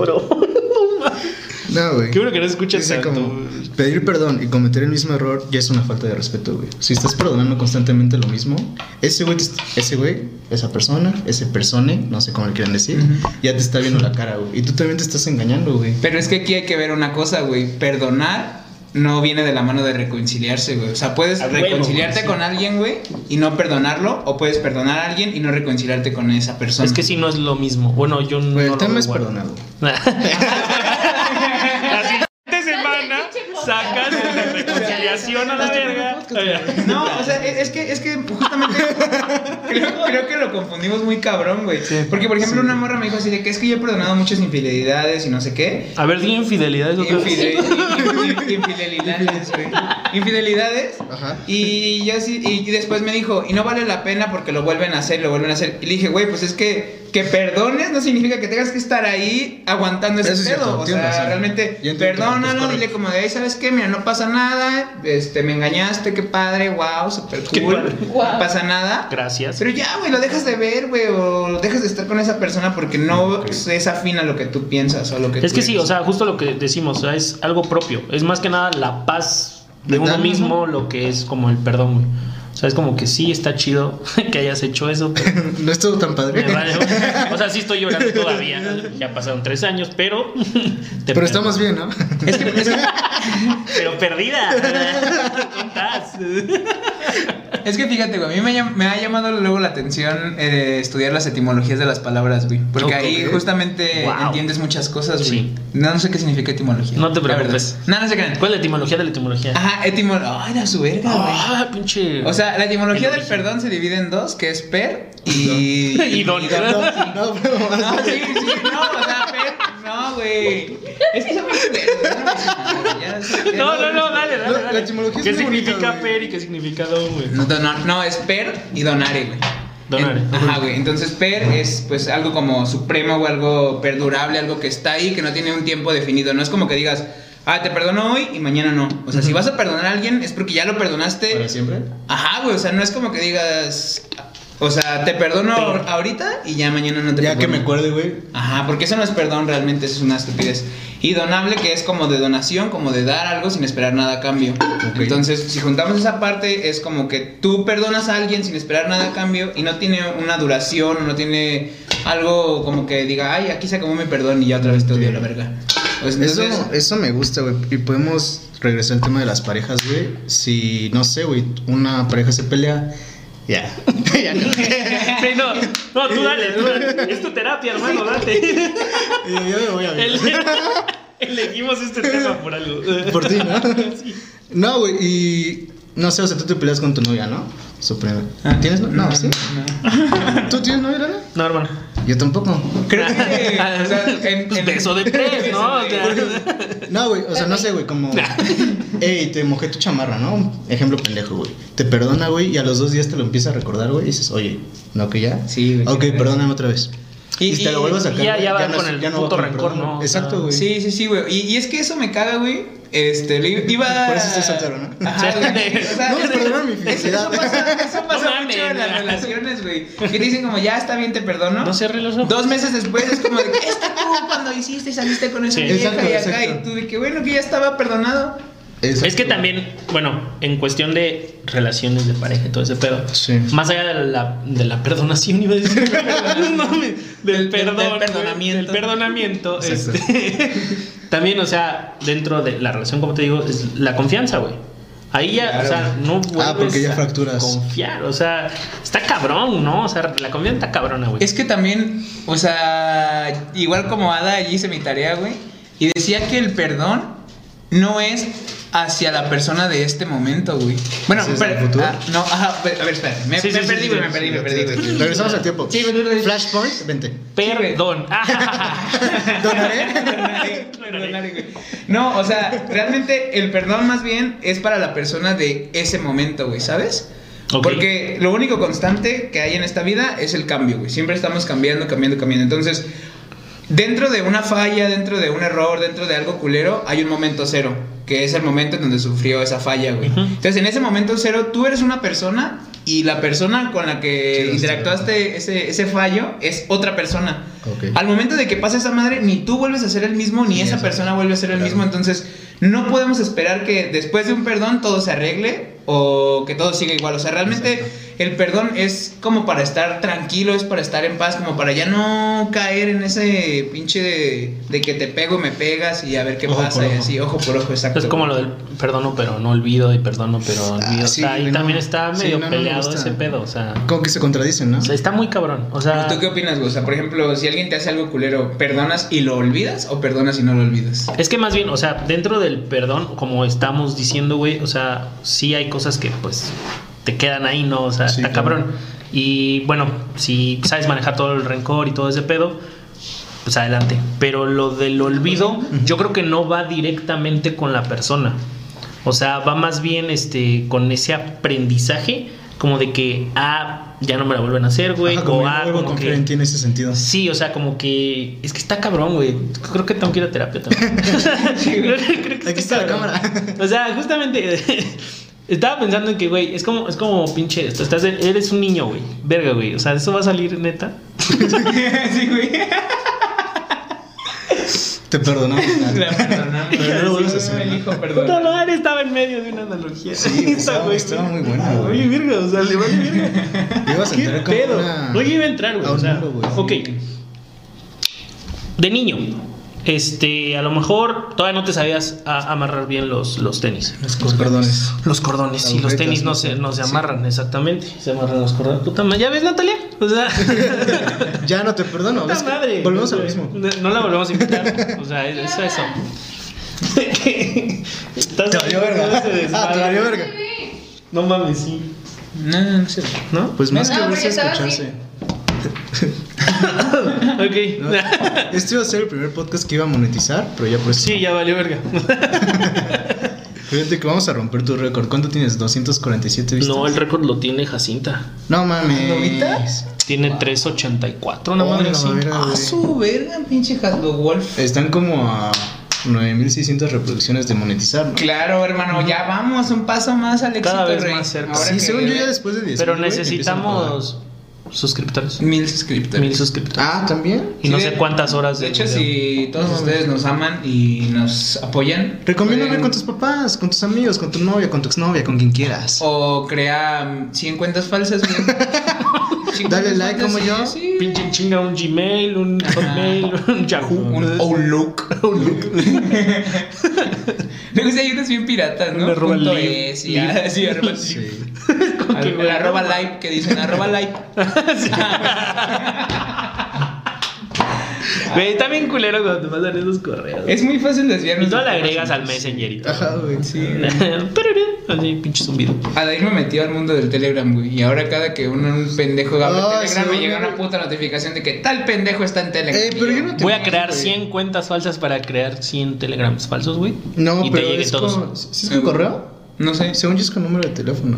Speaker 1: No, güey.
Speaker 3: Qué bueno que no escuchas
Speaker 1: Dice
Speaker 3: tanto,
Speaker 1: como,
Speaker 3: güey.
Speaker 1: pedir perdón y cometer el mismo error ya es una falta de respeto, güey. Si estás perdonando constantemente lo mismo, ese güey, te est- ese güey, esa persona, ese persone, no sé cómo le quieran decir,
Speaker 2: Ujú.
Speaker 1: ya te está viendo la cara, güey. Y tú también te estás engañando, güey.
Speaker 2: Pero es que aquí hay que ver una cosa, güey. Perdonar no viene de la mano de reconciliarse, güey. O sea, puedes
Speaker 3: A huevo,
Speaker 2: reconciliarte
Speaker 3: güey, sí.
Speaker 2: con alguien, güey, y no perdonarlo, o puedes perdonar a alguien y no reconciliarte con esa persona.
Speaker 3: Es que si no es lo mismo. Bueno, yo no.
Speaker 1: Güey, el
Speaker 3: lo
Speaker 1: tema
Speaker 3: veo
Speaker 1: es
Speaker 3: igual.
Speaker 1: perdonar, güey.
Speaker 3: La siguiente Este semana sacas el de reconciliación a la verga.
Speaker 2: e-, No, o sea, es es que, es que justamente creo, creo que lo confundimos muy cabrón, güey.
Speaker 3: Sí.
Speaker 2: Porque, por ejemplo,
Speaker 1: Sí.
Speaker 2: una morra me dijo así de que es que yo he perdonado muchas infidelidades y no sé qué.
Speaker 3: A ver, di infidelidades. ¿no?
Speaker 2: Infide- infidelidades, güey. Infidelidades.
Speaker 1: Ajá.
Speaker 2: Y yo sí, y después me dijo, y no vale la pena porque lo vuelven a hacer, lo vuelven a hacer. Y le dije, güey, pues es que que perdones no significa que tengas que estar ahí aguantando ese
Speaker 1: Eso es
Speaker 2: pedo.
Speaker 1: cierto,
Speaker 2: o sea,
Speaker 1: tienes razón.
Speaker 2: realmente
Speaker 1: Yo entiendo pues, tus
Speaker 2: perdónalo,
Speaker 1: palabras.
Speaker 2: dile como de ahí, ¿sabes qué? Mira, no pasa nada, este, me engañaste, qué padre, wow, super
Speaker 3: Qué
Speaker 2: cool.
Speaker 3: padre.
Speaker 4: Guau.
Speaker 2: No pasa nada.
Speaker 3: Gracias.
Speaker 2: Pero ya, güey, lo dejas de ver, güey, o lo dejas de estar con esa persona porque no es afín a lo que tú piensas o a lo que
Speaker 3: Es
Speaker 2: tú
Speaker 3: que sí,
Speaker 2: eres.
Speaker 3: o sea, justo lo que decimos, o sea, es algo propio. Es más que nada la paz de uno
Speaker 1: Mental, ¿no?
Speaker 3: mismo, lo que es como el perdón, güey. O sea, es como que sí está chido que hayas hecho eso, pero
Speaker 1: No estuvo tan padre.
Speaker 3: me vale. O sea, sí estoy llorando todavía. Ya pasaron tres años, pero. te
Speaker 1: Pero
Speaker 3: perdono.
Speaker 1: estamos bien, ¿no?
Speaker 2: Es que- es que
Speaker 3: Pero perdida. ¿Cómo estás?
Speaker 2: Es que fíjate, güey, a mí me, llam- me ha llamado luego la atención eh, estudiar las etimologías de las palabras, güey. Porque
Speaker 3: Ok.
Speaker 2: ahí justamente
Speaker 3: Wow.
Speaker 2: entiendes muchas cosas, güey.
Speaker 3: Sí.
Speaker 2: No, no sé qué significa etimología.
Speaker 3: No te
Speaker 2: la verdad.
Speaker 3: preocupes.
Speaker 2: No, no sé qué.
Speaker 3: ¿Cuál es la etimología de la etimología?
Speaker 2: Ajá, etimología. Ay, la su verga, güey.
Speaker 3: Ah, pinche.
Speaker 2: O sea, la etimología
Speaker 3: El
Speaker 2: del
Speaker 3: origen.
Speaker 2: perdón se divide en dos, que es per y...
Speaker 3: Y don.
Speaker 1: No, pero
Speaker 2: No, sí, sí, no, o sea, per... No, güey. Es que son muy culeros, güey, no, ya, sí,
Speaker 3: No, no, no, dale,
Speaker 1: No,
Speaker 3: dale.
Speaker 1: la
Speaker 3: dale.
Speaker 1: etimología es
Speaker 3: ¿Qué
Speaker 1: muy bonita,
Speaker 3: significa
Speaker 1: güey.
Speaker 3: per y qué significa don, güey?
Speaker 2: No, donar, no, es per y donare, güey.
Speaker 3: Donare.
Speaker 2: En- ajá, güey. Entonces, per es pues algo como supremo o algo perdurable, algo que está ahí, que no tiene un tiempo definido. No es como que digas, ah, te perdono hoy y mañana no. O sea, si vas a perdonar a alguien es porque ya lo perdonaste.
Speaker 1: ¿Para siempre?
Speaker 2: Ajá, güey. O sea, no es como que digas, o sea, te perdono
Speaker 3: Pero-
Speaker 2: ahorita y ya mañana no te
Speaker 1: Ya
Speaker 2: perdono.
Speaker 1: que me acuerde, güey.
Speaker 2: Ajá, porque eso no es perdón, realmente eso es una estupidez. Y donable, que es como de donación, como de dar algo sin esperar nada a cambio.
Speaker 1: Ok.
Speaker 2: Entonces, si juntamos esa parte, es como que tú perdonas a alguien sin esperar nada a cambio y no tiene una duración, o no tiene algo como que diga, ay, aquí se acabó mi perdón y ya otra vez te odio la verga. Pues,
Speaker 1: Eso,
Speaker 2: entonces,
Speaker 1: eso me gusta, güey. Y podemos regresar al tema de las parejas, güey. Si, no sé, güey, una pareja se pelea, ya. Ya no.
Speaker 3: Sí, no, no, tú dale, tú dale. Es tu terapia, hermano, date.
Speaker 1: Y yo me voy a ver.
Speaker 3: Ele- Elegimos este tema por algo.
Speaker 1: Por ti, ¿no? No, güey, y. No sé, o sea, tú te peleas con tu novia, ¿no? Supreme. eh,
Speaker 3: Ah.
Speaker 1: ¿Tienes no- No, ¿sí?
Speaker 2: no.
Speaker 1: ¿Tú tienes novia, Lara?
Speaker 3: No, hermano.
Speaker 1: Yo tampoco.
Speaker 2: Creo que. o sea, en-
Speaker 3: Pues
Speaker 2: en-
Speaker 3: beso de tres, ¿no? O sea,
Speaker 1: No, güey, o sea, no sé, güey, como. Ey, te mojé tu chamarra, ¿no? Un Ejemplo pendejo, güey. Te perdona, güey, y a los dos días te lo empieza a recordar, güey, y dices, oye, ¿no que ya?
Speaker 2: Sí, güey,
Speaker 1: Ok,
Speaker 2: qué
Speaker 1: perdóname otra vez.
Speaker 2: Y-
Speaker 1: Y, si te lo vuelvo a sacar.
Speaker 3: y ya-
Speaker 1: güey,
Speaker 3: ya va
Speaker 1: no
Speaker 3: con
Speaker 1: es-
Speaker 3: el
Speaker 1: va
Speaker 3: puto
Speaker 1: con el
Speaker 3: rencor,
Speaker 1: perdón.
Speaker 3: ¿no? O sea,
Speaker 1: Exacto, güey.
Speaker 2: Sí, sí, sí, güey. Y, y es que eso me caga, güey. Este, le iba.
Speaker 1: Por eso estoy soltero, ¿no?
Speaker 2: Ajá, güey. O sea,
Speaker 1: No,
Speaker 2: es-
Speaker 1: perdona mi
Speaker 2: es-
Speaker 1: felicidad.
Speaker 2: Eso pasa, eso pasa
Speaker 3: No mames.
Speaker 2: mucho en las relaciones, güey. Que te dicen, como, ya está bien, te perdono.
Speaker 3: No cierre los ojos.
Speaker 2: Dos meses después es como de que esta como cuando hiciste y saliste con esa
Speaker 3: Sí.
Speaker 2: vieja
Speaker 1: Exacto,
Speaker 2: y acá.
Speaker 1: exacto.
Speaker 2: Y tú de que bueno, que ya estaba perdonado.
Speaker 1: Exacto,
Speaker 3: Es que
Speaker 1: güey.
Speaker 3: también, bueno, en cuestión de relaciones de pareja y todo ese pedo.
Speaker 1: Sí.
Speaker 3: Más allá de la, de la perdonación, iba a decir. No mames, del
Speaker 2: Del- del-
Speaker 3: perdón.
Speaker 2: del
Speaker 3: güey,
Speaker 2: perdonamiento.
Speaker 3: Del perdonamiento.
Speaker 1: Exacto.
Speaker 3: este, también, o sea, dentro de la relación, como te digo, es la confianza, güey. Ahí ya, o sea, no vuelves
Speaker 1: Ah, porque ya
Speaker 3: a
Speaker 1: fracturas.
Speaker 3: confiar. O sea, está cabrón, ¿no? O sea, la confianza está cabrona, güey.
Speaker 2: Es que también, o sea, igual como Ada, allí hice mi tarea, güey. Y decía que el perdón no es hacia la persona de este momento, güey. Bueno,
Speaker 1: ¿Es hacia
Speaker 2: pero-
Speaker 1: el futuro?
Speaker 2: ah, no, ajá, pero- a ver, espera. Me,
Speaker 3: Sí,
Speaker 2: me
Speaker 3: sí, sí,
Speaker 2: perdí,
Speaker 3: sí,
Speaker 2: güey, me
Speaker 3: sí,
Speaker 2: perdí, me
Speaker 1: Sí,
Speaker 2: perdí,
Speaker 1: sí,
Speaker 2: güey.
Speaker 1: sí. Regresamos al tiempo.
Speaker 2: Sí, güey, güey.
Speaker 1: Flashpoint, vente.
Speaker 3: Perdón.
Speaker 1: Donaré.
Speaker 2: Perdonaré, perdonaré, güey. No, o sea, realmente el perdón más bien es para la persona de ese momento, güey, ¿sabes?
Speaker 3: Ok.
Speaker 2: Porque lo único constante que hay en esta vida es el cambio, güey. Siempre estamos cambiando, cambiando, cambiando. Entonces, dentro de una falla, dentro de un error, dentro de algo culero, hay un momento cero, que es el momento en donde sufrió esa falla, güey.
Speaker 3: Ujú.
Speaker 2: Entonces, en ese momento cero, tú eres una persona y la persona con la que
Speaker 1: Sí, sí.
Speaker 2: interactuaste ese, ese fallo es otra persona.
Speaker 1: Ok.
Speaker 2: Al momento de que pasa esa madre, ni tú vuelves a ser el mismo, ni
Speaker 1: Ni
Speaker 2: esa
Speaker 1: esa.
Speaker 2: persona vuelve a ser el
Speaker 1: Claro.
Speaker 2: mismo. Entonces, no podemos esperar que después de un perdón todo se arregle o que todo siga igual. O sea, realmente
Speaker 1: Exacto.
Speaker 2: el perdón es como para estar tranquilo, es para estar en paz, como para ya no caer en ese pinche de, de que te pego, me pegas y a ver qué
Speaker 1: Ojo
Speaker 2: pasa
Speaker 1: por
Speaker 2: y
Speaker 1: ojo.
Speaker 2: así, ojo por ojo, exacto.
Speaker 3: Es como lo del perdono pero no olvido y perdono pero olvido.
Speaker 1: Ah, sí,
Speaker 3: o sea, ahí
Speaker 1: güey, no.
Speaker 3: también está
Speaker 1: Sí,
Speaker 3: medio
Speaker 1: no, no me
Speaker 3: peleado
Speaker 1: gusta.
Speaker 3: ese pedo. O sea,
Speaker 1: Como que se contradicen, ¿no?
Speaker 3: o sea, está muy cabrón. O sea,
Speaker 2: ¿Y ¿Tú qué opinas, güey? O sea, por ejemplo, si alguien te hace algo culero, ¿perdonas y lo olvidas o perdonas y no lo olvidas?
Speaker 3: es que más bien, o sea, dentro del perdón, como estamos diciendo, güey, o sea, sí hay cosas que pues te quedan ahí, ¿no? O sea,
Speaker 1: Sí,
Speaker 3: está
Speaker 1: claro.
Speaker 3: cabrón. Y bueno, si sabes manejar todo el rencor y todo ese pedo, pues adelante. Pero lo del olvido, yo creo que no va directamente con la persona. O sea, va más bien este, con ese aprendizaje, como de que, ah, ya no me la vuelven a hacer, güey.
Speaker 1: Ajá, como
Speaker 3: O
Speaker 1: yo
Speaker 3: ah,
Speaker 1: vuelvo a
Speaker 3: como
Speaker 1: confiar en
Speaker 3: que.
Speaker 1: ti en ese sentido.
Speaker 3: Sí, o sea, como que. Es que está cabrón, güey. Creo que tengo que ir a terapia también. Creo que- creo que
Speaker 1: Aquí está la
Speaker 3: cabrón.
Speaker 1: cámara.
Speaker 3: O sea, justamente estaba pensando en que, güey, es como, es como pinche esto. Estás en- eres un niño, güey. Verga, güey. O sea, eso va a salir neta.
Speaker 2: sí, güey.
Speaker 1: Te perdonamos.
Speaker 2: La perdonamos.
Speaker 1: Pero no lo vuelves a hacer,
Speaker 2: El
Speaker 1: ¿no?
Speaker 2: hijo, perdón.
Speaker 3: Puta madre, estaba en medio de una analogía.
Speaker 1: Sí,
Speaker 3: Esa,
Speaker 1: estaba-
Speaker 3: güey, Ah,
Speaker 1: estaba
Speaker 3: güey.
Speaker 1: muy buena, güey.
Speaker 3: Oye, verga, o sea, le vale verga.
Speaker 1: Ibas a
Speaker 3: ¿Qué
Speaker 1: entrar como
Speaker 3: pedo?
Speaker 1: una-
Speaker 3: No yo iba a entrar, güey.
Speaker 1: a un
Speaker 3: o sea,
Speaker 1: muro, güey.
Speaker 3: ok. De niño, este, a lo mejor todavía no te sabías a- amarrar bien los, los tenis.
Speaker 1: Los cordones.
Speaker 3: Los cordones, sí, los
Speaker 1: Agujetas,
Speaker 3: tenis no
Speaker 1: ¿no?
Speaker 3: se, no se
Speaker 1: Sí.
Speaker 3: amarran, exactamente. Se amarran los cordones. Puta madre. ¿Ya ves, Natalia? O sea,
Speaker 1: Ya no te perdono.
Speaker 3: puta
Speaker 1: ¿ves que
Speaker 3: madre.
Speaker 1: Volvemos a lo mismo.
Speaker 3: No, no la volvemos a invitar. O sea, es, es eso. Estás
Speaker 1: Te valió
Speaker 3: haciendo
Speaker 1: verga.
Speaker 3: ese desmadre.
Speaker 1: Ah, te valió verga.
Speaker 3: No mames, sí.
Speaker 2: No, no, no sé.
Speaker 3: ¿No?
Speaker 1: Pues más
Speaker 4: No,
Speaker 1: que verse
Speaker 4: porque estaba
Speaker 1: escucharse.
Speaker 3: Ok.
Speaker 1: ¿no? Este iba a ser el primer podcast que iba a monetizar, pero ya por eso.
Speaker 3: Sí, ya valió verga.
Speaker 1: Fíjate que vamos a romper tu récord. ¿Cuánto tienes? 247 vistas.
Speaker 3: No, el récord lo tiene Jacinta.
Speaker 1: No mames.
Speaker 2: ¿Novitas?
Speaker 3: Tiene 384, una
Speaker 1: Oh,
Speaker 3: madre
Speaker 1: la
Speaker 3: así.
Speaker 1: verga.
Speaker 2: Ah, su verga, pinche Hasbro Wolf.
Speaker 1: Están como a 9600 reproducciones de monetizar, ¿no?
Speaker 2: Claro, hermano, ya vamos un paso más al éxito,
Speaker 3: Cada vez
Speaker 2: rey.
Speaker 3: más cerca.
Speaker 2: Ahora
Speaker 1: Sí,
Speaker 2: que-
Speaker 1: según yo ya después de 10.
Speaker 3: Pero
Speaker 1: güey, empiezan a
Speaker 3: necesitamos suscriptores.
Speaker 2: Mil suscriptores.
Speaker 3: Mil
Speaker 1: pagar.
Speaker 3: suscriptores.
Speaker 1: Ah, también.
Speaker 3: Y no sé cuántas horas
Speaker 2: De
Speaker 3: de
Speaker 2: hecho,
Speaker 3: video.
Speaker 2: si todos ustedes nos aman y nos apoyan,
Speaker 1: Recomiéndame
Speaker 2: pueden-
Speaker 1: con tus papás, con tus amigos, con tu novia, con tu exnovia, con quien quieras.
Speaker 2: O crea mm, 100 cuentas falsas. güey. 100
Speaker 1: Dale
Speaker 2: cuentas
Speaker 1: like como
Speaker 2: falsas,
Speaker 1: yo.
Speaker 2: sí, sí.
Speaker 3: Pinche chinga un Gmail, un
Speaker 1: Ah.
Speaker 3: Hotmail, un Yahoo.
Speaker 2: Un Outlook. Luego sí hay unos bien piratas, ¿no?
Speaker 3: Un arroba
Speaker 2: Punto
Speaker 3: live.
Speaker 2: es y así, arroba
Speaker 1: Sí.
Speaker 3: Con que,
Speaker 2: Al-
Speaker 3: güey,
Speaker 2: arroba
Speaker 3: no
Speaker 2: like, que dicen arroba like.
Speaker 1: Ah.
Speaker 3: Güey, está bien culero cuando te mandan esos correos.
Speaker 2: Es muy fácil desviarnos.
Speaker 3: Y no
Speaker 2: de
Speaker 3: le
Speaker 2: temas
Speaker 3: agregas al
Speaker 2: serios.
Speaker 3: Messenger y todo.
Speaker 1: Ajá, güey.
Speaker 2: Sí.
Speaker 3: Pero, Así, pinche zumbido.
Speaker 2: Adair me metió al mundo del Telegram, güey. Y ahora cada que un, un pendejo abre
Speaker 1: Ah,
Speaker 2: Telegram
Speaker 1: sí,
Speaker 2: me llega
Speaker 1: güey.
Speaker 2: una puta notificación de que tal pendejo está en Telegram.
Speaker 1: Eh, pero yo no te-
Speaker 3: Voy a crear
Speaker 1: güey.
Speaker 3: 100 cuentas falsas para crear 100 telegrams falsos, güey.
Speaker 1: No,
Speaker 3: y te
Speaker 1: pero
Speaker 3: lleguen
Speaker 1: es
Speaker 3: todos.
Speaker 1: con, ¿sí es con correo?
Speaker 2: No sé.
Speaker 1: Según yo es con número de teléfono.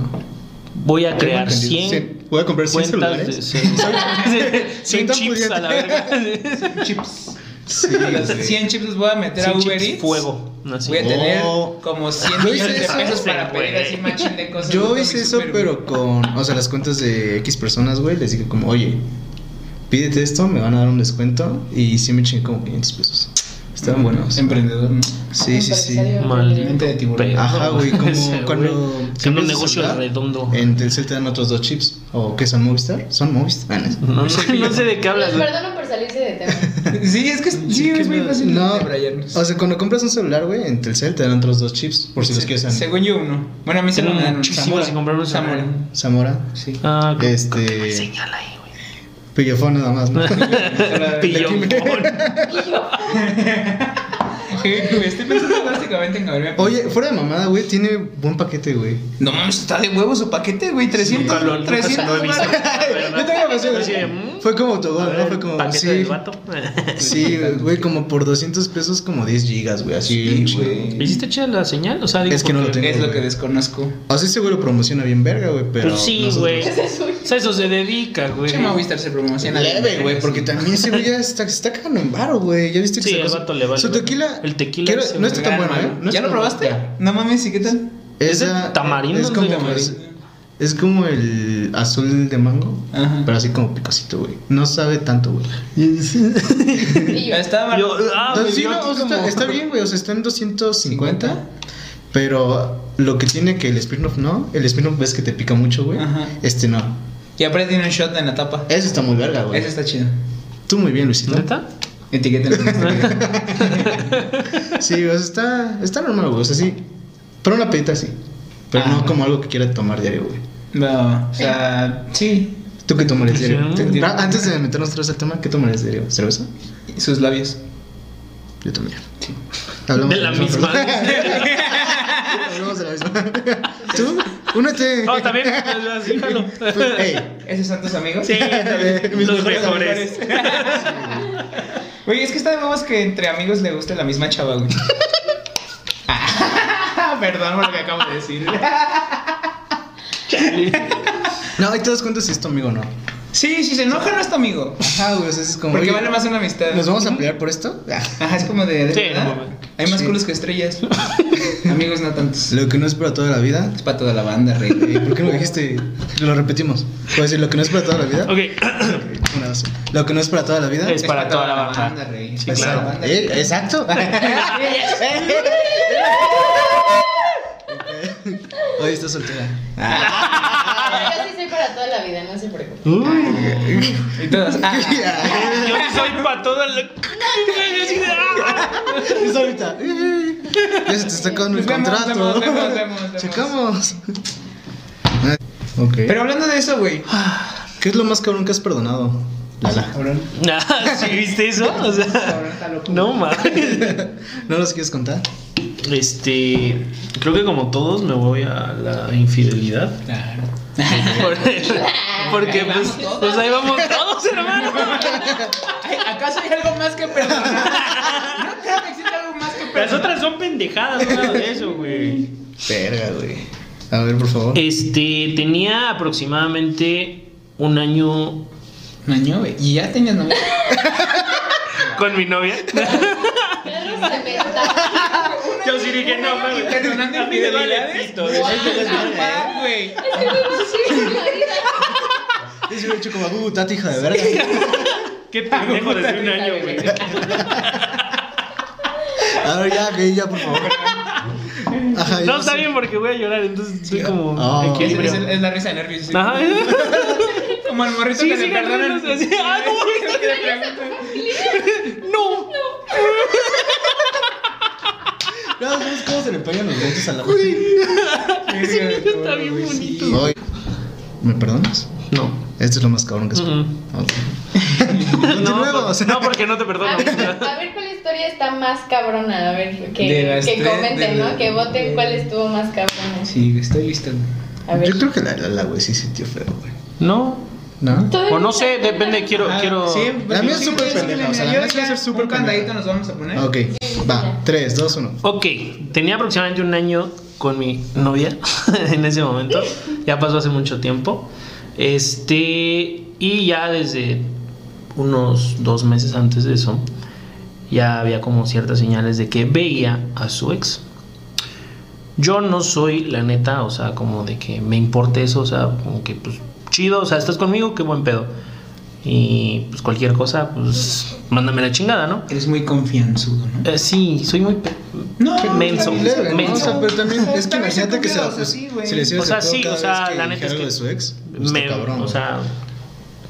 Speaker 3: Voy a crear
Speaker 1: Tengo entendido.
Speaker 3: 100
Speaker 1: Cien. Voy a comprar 100
Speaker 3: cuentas de
Speaker 1: celulares.
Speaker 3: 100,
Speaker 1: soy tan
Speaker 3: chips
Speaker 1: pudiente.
Speaker 3: a la verga.
Speaker 2: Chips.
Speaker 1: Sí,
Speaker 2: Los
Speaker 1: güey.
Speaker 2: 100 chips los voy a meter a
Speaker 3: 100
Speaker 2: Uber
Speaker 3: chips
Speaker 2: Eats.
Speaker 3: fuego. así.
Speaker 2: Voy a tener
Speaker 1: Oh.
Speaker 2: como 100
Speaker 1: Yo hice
Speaker 2: millones de
Speaker 1: eso,
Speaker 2: pesos
Speaker 3: güey.
Speaker 2: para pedir así machín de cosas.
Speaker 1: Yo
Speaker 2: junto a
Speaker 1: hice
Speaker 2: mi
Speaker 1: eso,
Speaker 2: super, güey.
Speaker 1: pero con, o sea, las cuentas de X personas, güey, les dije como, oye, pídete esto, me van a dar un descuento y sí me chingué como 500 pesos. Estaban buenos.
Speaker 2: Emprendedor, ¿no?
Speaker 1: Sí, sí, sí.
Speaker 4: Empresario.
Speaker 2: Mente
Speaker 3: Maldito
Speaker 2: de tiburón.
Speaker 3: pedo.
Speaker 1: Ajá, güey,
Speaker 3: Sí,
Speaker 1: como
Speaker 3: güey.
Speaker 1: cuando...
Speaker 3: Tiene
Speaker 1: cambias
Speaker 3: un
Speaker 1: de
Speaker 3: negocio
Speaker 1: celular,
Speaker 3: redondo.
Speaker 1: En Telcel te dan otros dos chips. ¿O qué son Movistar? ¿Son Movistar? Ah, no.
Speaker 3: No, no, no sé de qué
Speaker 4: Los
Speaker 3: hablas. güey.
Speaker 4: perdono por salirse de tema.
Speaker 2: Sí, es que sí, es muy fácil
Speaker 1: Mm, No,
Speaker 2: debrayarnos.
Speaker 1: o sea, cuando compras un celular, güey, en Telcel te dan otros dos chips, por si los quieres. en
Speaker 2: Según yo, uno. Bueno, a mí se
Speaker 3: Tengo
Speaker 2: me dan
Speaker 3: muchísimo
Speaker 2: Zamora.
Speaker 3: sin comprar un
Speaker 2: Zamora.
Speaker 3: celular.
Speaker 1: Zamora.
Speaker 2: Sí.
Speaker 3: Ah, ¿cómo-
Speaker 1: Este-
Speaker 3: Señala ahí, güey.
Speaker 1: Pillofón nada más, ¿no?
Speaker 3: Pillofón.
Speaker 4: Y yo,
Speaker 2: Estoy pensando básicamente en Gabriel.
Speaker 1: Oye, fuera de mamada, güey, tiene buen paquete, güey.
Speaker 2: No mames, está de huevo su paquete, güey. 300.
Speaker 3: Nunca lo- nunca se lo he
Speaker 2: 300
Speaker 3: visto.
Speaker 1: Yo tengo la versión.
Speaker 3: Así de, mm,
Speaker 1: Fue como autogol,
Speaker 3: a
Speaker 1: ¿no?
Speaker 3: ver,
Speaker 1: Fue como.
Speaker 3: Paquete
Speaker 1: Sí,
Speaker 3: del vato.
Speaker 1: sí, güey, como por 200 pesos, como 10 gigas, güey, así,
Speaker 2: Sí,
Speaker 1: güey.
Speaker 2: güey.
Speaker 3: ¿Hiciste chida la señal? O sea, digo,
Speaker 1: Es que no lo
Speaker 3: porque-
Speaker 1: tengo.
Speaker 2: Es lo que desconozco.
Speaker 1: O sea, ese güey lo promociona bien verga, güey, pero.
Speaker 3: Pues sí,
Speaker 1: nosotros-
Speaker 3: güey.
Speaker 4: ese es suyo.
Speaker 3: O sea, eso se dedica, güey.
Speaker 2: Chema Movistar se promociona.
Speaker 1: Leve, güey, porque también ese güey ya está, está cagando en varo, güey. Ya viste que
Speaker 3: Sí,
Speaker 1: sacó
Speaker 3: el
Speaker 1: su-
Speaker 3: vato le vale.
Speaker 1: Su tequila.
Speaker 3: El tequila
Speaker 1: quiero-
Speaker 3: se
Speaker 1: no está tan
Speaker 2: Gran
Speaker 1: bueno, ¿eh?
Speaker 2: malo.
Speaker 1: No
Speaker 2: ¿Ya
Speaker 1: está
Speaker 2: lo
Speaker 1: tan-
Speaker 2: probaste? No mames, ¿y qué tal?
Speaker 1: Es,
Speaker 3: ¿Es de
Speaker 1: a-
Speaker 3: tamarindo,
Speaker 1: Es
Speaker 3: no
Speaker 1: como,
Speaker 3: de
Speaker 1: es, es como el azul de mango,
Speaker 2: Ajá.
Speaker 1: pero así como picosito, güey. No sabe tanto, güey.
Speaker 4: y yo.
Speaker 2: Estaba mal.
Speaker 3: Yo- ah, güey,
Speaker 1: Entonces, sí,
Speaker 3: yo
Speaker 1: no,
Speaker 3: aquí
Speaker 1: o sea, está,
Speaker 3: como-
Speaker 1: está bien, güey. O sea, está en 250. Pero lo que tiene que el spin-off no. El spin-off ves que te pica mucho, güey.
Speaker 2: Ajá.
Speaker 1: Este no.
Speaker 2: Y aparte tiene un shot en la tapa.
Speaker 1: Ese está muy verga, güey.
Speaker 2: Ese está chido.
Speaker 1: Tú muy bien, Luisito.
Speaker 3: ¿Neta?
Speaker 2: Etiquétenlo.
Speaker 1: Sí, o sea, está, está normal, güey. O sea, sí. Pero una pedita así. Pero
Speaker 2: Ah.
Speaker 1: no como algo que quiera tomar diario, güey.
Speaker 2: No, o sea, sí.
Speaker 1: ¿Tú qué tomarías diario?
Speaker 3: Sí.
Speaker 1: Te- ah, Antes de meternos otra vez al tema, ¿qué tomarías diario? ¿Cerveza?
Speaker 2: Sus labios.
Speaker 1: Yo también.
Speaker 2: Sí.
Speaker 1: Hablamos
Speaker 3: De la misma.
Speaker 1: misma persona. Volvemos a la misma. ¿Tú? Únete.
Speaker 3: No, también. así, jalo.
Speaker 1: Pues, hey,
Speaker 2: ¿Esos son tus amigos?
Speaker 3: Sí,
Speaker 1: mis
Speaker 3: los mejores.
Speaker 2: Güey, es que está de huevos que entre amigos le guste la misma chava, güey. Ah, Perdón por lo que acabo de decir.
Speaker 1: No, y todos cuentas si es tu amigo o no.
Speaker 2: Sí, si se enoja no es tu amigo.
Speaker 1: Ajá, güey, o sea, es como.
Speaker 2: Porque
Speaker 1: oye,
Speaker 2: vale más una amistad.
Speaker 1: ¿Nos vamos a pelear por esto? Ah,
Speaker 2: Ajá, es como de. de
Speaker 3: Sí,
Speaker 2: verdad.
Speaker 3: no mames.
Speaker 2: Hay más
Speaker 1: Sí.
Speaker 2: culos que estrellas. amigos no tantos.
Speaker 1: Lo que no es para toda la vida.
Speaker 2: Es para toda la banda, rey.
Speaker 1: Eh, ¿Por qué no lo dijiste? Lo repetimos. Puedo decir, lo que no es para toda la vida.
Speaker 3: Ok.
Speaker 1: Una, dos. Lo que no es para toda la vida.
Speaker 3: Es para toda la banda.
Speaker 2: rey.
Speaker 3: Sí,
Speaker 2: Es para
Speaker 1: Exacto.
Speaker 2: la banda.
Speaker 1: Eh, exacto. Hoy está soltera.
Speaker 4: Ah, Yo sí soy para toda la vida, no se preocupen.
Speaker 3: Uy.
Speaker 2: Y todos. ah,
Speaker 3: Yo sí soy para toda la. Así de, ah.
Speaker 1: Es ahorita. Ya se te está acabando el
Speaker 2: Nos vemos,
Speaker 1: contrato.
Speaker 2: nos vemos, nos vemos, nos vemos.
Speaker 1: Checamos. Ok.
Speaker 2: Pero hablando de eso, güey.
Speaker 1: ¿Qué es lo más cabrón que has perdonado? Lala.
Speaker 2: Cabrón.
Speaker 3: Ah, ¿Sí viste eso? O sea,
Speaker 2: Cabrón, está loco.
Speaker 3: no mames.
Speaker 1: ¿No los quieres contar?
Speaker 3: Este. Creo que como todos me voy a la infidelidad.
Speaker 2: Claro.
Speaker 3: Por- porque
Speaker 2: Ahí
Speaker 3: pues,
Speaker 2: vamos todos.
Speaker 3: pues ahí vamos todos, hermano.
Speaker 2: Ay, ¿Acaso hay algo más que perdonar? No creo que exista algo más que
Speaker 3: Las
Speaker 2: perdonar.
Speaker 3: otras son pendejadas, nada de eso, güey.
Speaker 1: Verga, güey. A ver, por favor.
Speaker 3: Este, tenía aproximadamente un año
Speaker 2: Maño, güey. ¿Y ya tenías novia?
Speaker 3: con mi novia.
Speaker 4: Perros de metal.
Speaker 3: Yo sí dije, no,
Speaker 2: ¿Y
Speaker 3: mames.
Speaker 2: perdonando
Speaker 3: A mí me vale
Speaker 2: infidelidades?
Speaker 3: pito. ¿eh?
Speaker 2: Ah, güey.
Speaker 4: Ese huevo sí, en la vida.
Speaker 1: Dice un chico, "Babu, tata, "Uh, hija de verga.
Speaker 3: Qué pendejo desde un
Speaker 4: puta
Speaker 3: año, güey.
Speaker 4: vida, güey.
Speaker 1: A ver, ya, que ya, por favor. Ajá,
Speaker 3: No,
Speaker 1: yo
Speaker 3: está
Speaker 1: sé.
Speaker 3: bien porque voy a llorar, entonces estoy
Speaker 1: Sí,
Speaker 3: como
Speaker 1: ah.
Speaker 3: en
Speaker 2: Es,
Speaker 3: equilibrio.
Speaker 2: es- es la risa de nervios. sí.
Speaker 3: Ajá.
Speaker 2: Como el morrito
Speaker 3: Sí,
Speaker 2: que le
Speaker 3: sigan
Speaker 2: perdonan.
Speaker 3: riéndose, así, ah, no,
Speaker 2: Que le preguntan.
Speaker 3: No.
Speaker 1: No, ¿sabes cómo se le pegan los dientes a la
Speaker 3: Ese niño está bien
Speaker 2: Güey, sí.
Speaker 3: bonito.
Speaker 1: Ay, ¿Me perdonas?
Speaker 3: No.
Speaker 1: Esto es lo más cabrón que es.
Speaker 3: Ujú.
Speaker 1: Continuemos.
Speaker 3: No, por- no, porque no te perdono.
Speaker 4: A ver, a ver cuál historia está más cabrona. A ver,
Speaker 2: De
Speaker 4: que,
Speaker 2: las
Speaker 4: que
Speaker 2: tres, de
Speaker 4: comenten,
Speaker 2: la-
Speaker 4: ¿no? Que voten cuál estuvo más cabrona.
Speaker 2: Sí, estoy listo. güey.
Speaker 4: A ver.
Speaker 1: Yo creo que la la, la, güey sí sintió feo, güey.
Speaker 3: No.
Speaker 1: ¿No?
Speaker 3: O no sé, depende, quiero,
Speaker 2: Ah,
Speaker 3: quiero.
Speaker 2: Sí,
Speaker 1: La mía es
Speaker 2: sí,
Speaker 1: súper
Speaker 2: sí, sí,
Speaker 1: pendeja,
Speaker 2: mira,
Speaker 1: o sea, la
Speaker 2: yo
Speaker 1: mía sí va a
Speaker 2: ya
Speaker 1: ser súper
Speaker 2: Un candadito
Speaker 1: pendeja.
Speaker 2: nos vamos a
Speaker 3: ¿Eh?
Speaker 2: poner.
Speaker 1: Ok, va. 3, 2, 1.
Speaker 3: Ok, tenía aproximadamente un año con mi novia en ese momento. Ya pasó hace mucho tiempo. Este, y ya desde unos dos meses antes de eso, ya había como ciertas señales de que veía a su ex. Yo no soy la neta, o sea, como de que me importe eso, o sea, como que pues chido, o sea, estás conmigo, qué buen pedo. Y pues cualquier cosa, pues mándame la chingada, ¿no?
Speaker 2: Eres muy confianzudo, ¿no?
Speaker 3: Eh, sí, soy muy... pe-
Speaker 2: No,
Speaker 3: Qué menso,
Speaker 2: está bien,
Speaker 3: menso.
Speaker 2: güey,
Speaker 1: O sea, pero también es que
Speaker 2: También se
Speaker 1: imagínate que se,
Speaker 2: cumplió,
Speaker 1: la,
Speaker 2: o sea, sí, güey.
Speaker 1: se le hiciera
Speaker 3: O sea,
Speaker 1: ese pedo
Speaker 3: sí,
Speaker 1: cada
Speaker 3: o sea,
Speaker 1: vez que
Speaker 3: la neta
Speaker 1: dijera
Speaker 3: es
Speaker 1: algo
Speaker 3: que
Speaker 1: de su ex. pues,
Speaker 3: me-
Speaker 1: está cabrón.
Speaker 3: o
Speaker 1: güey.
Speaker 3: sea,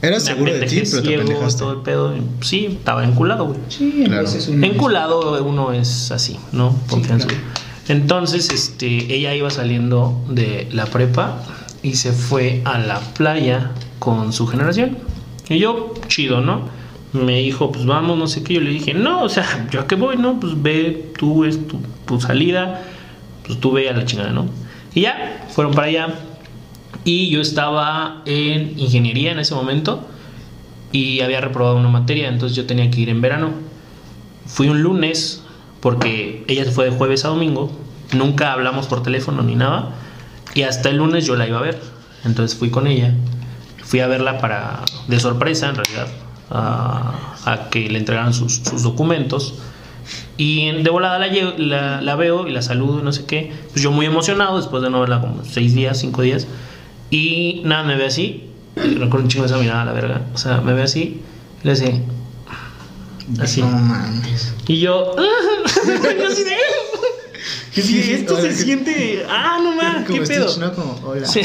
Speaker 1: Era seguro de ti,
Speaker 3: apendejé
Speaker 1: pero te
Speaker 3: ciego,
Speaker 1: pendejaste.
Speaker 3: todo el pedo. y Sí, estaba enculado, güey.
Speaker 2: Sí,
Speaker 1: Claro.
Speaker 2: pues es un-
Speaker 3: Enculado uno es así, ¿no? Confianza.
Speaker 2: claro.
Speaker 3: Entonces, este, ella iba saliendo de la prepa y se fue a la playa con su generación. Y yo, chido, ¿no? Me dijo, pues vamos, no sé qué. Yo le dije, no, o sea, yo a qué voy, ¿no? Pues ve, tú es tu, tu salida, pues tú ve a la chingada, ¿no? Y ya, fueron para allá. Y yo estaba en ingeniería en ese momento y había reprobado una materia, entonces yo tenía que ir en verano. Fui un lunes porque ella se fue de jueves a domingo, nunca hablamos por teléfono ni nada y hasta el lunes yo la iba a ver. Entonces fui con ella, fui a verla para de sorpresa en realidad a, a que le entregaran sus, sus documentos. Y en- de volada la, lle- la, la veo y la saludo y no sé qué. Pues yo muy emocionado después de no verla como seis días, cinco días. Y nada, me ve así. Con un chingo esa mirada, la verga. O sea, me ve así. Y le dice. Así.
Speaker 1: No mames.
Speaker 3: Y yo. yo así de, "Sí, esto se siente. Ah, no mames, qué
Speaker 1: Como
Speaker 3: pedo.
Speaker 1: Stitch, ¿no? Como, hola.
Speaker 3: Sí.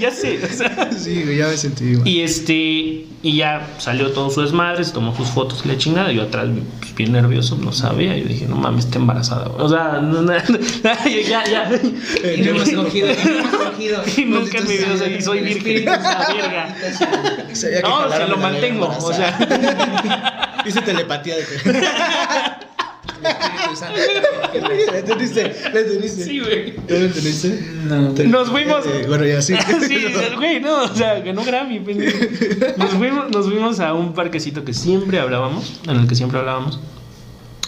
Speaker 3: ya sé. o sea.
Speaker 1: Sí, güey, ya me sentí igual.
Speaker 3: Y este, y ya salió todo su desmadre, se tomó sus fotos y la chingada. Yo atrás, pues, bien nervioso, no sabía. Yo dije, no mames, está embarazada. güey". O sea, no, no, yo ya, ya.
Speaker 2: Y no hemos cogido, y no hemos cogido.
Speaker 3: Y nunca en mi vida soy, soy
Speaker 2: El
Speaker 3: virgen.
Speaker 2: espíritu
Speaker 3: la verga.
Speaker 1: Sabía que
Speaker 3: No,
Speaker 1: jalaron la
Speaker 3: se lo
Speaker 1: ley
Speaker 3: mantengo. O
Speaker 1: embarazada.
Speaker 3: sea,
Speaker 1: Hice telepatía de que.
Speaker 2: Espíritu Santo. también.
Speaker 1: ¿Le entendiste? ¿Le entendiste?
Speaker 3: Sí, güey.
Speaker 1: ¿Tú lo entendiste?
Speaker 2: No.
Speaker 3: Nos fuimos.
Speaker 1: Eh, bueno, ya sí.
Speaker 3: Sí, güey, no, o sea, ganó Grammy. pendejo. Nos fuimos, nos fuimos a un parquecito que siempre hablábamos, en el que siempre hablábamos,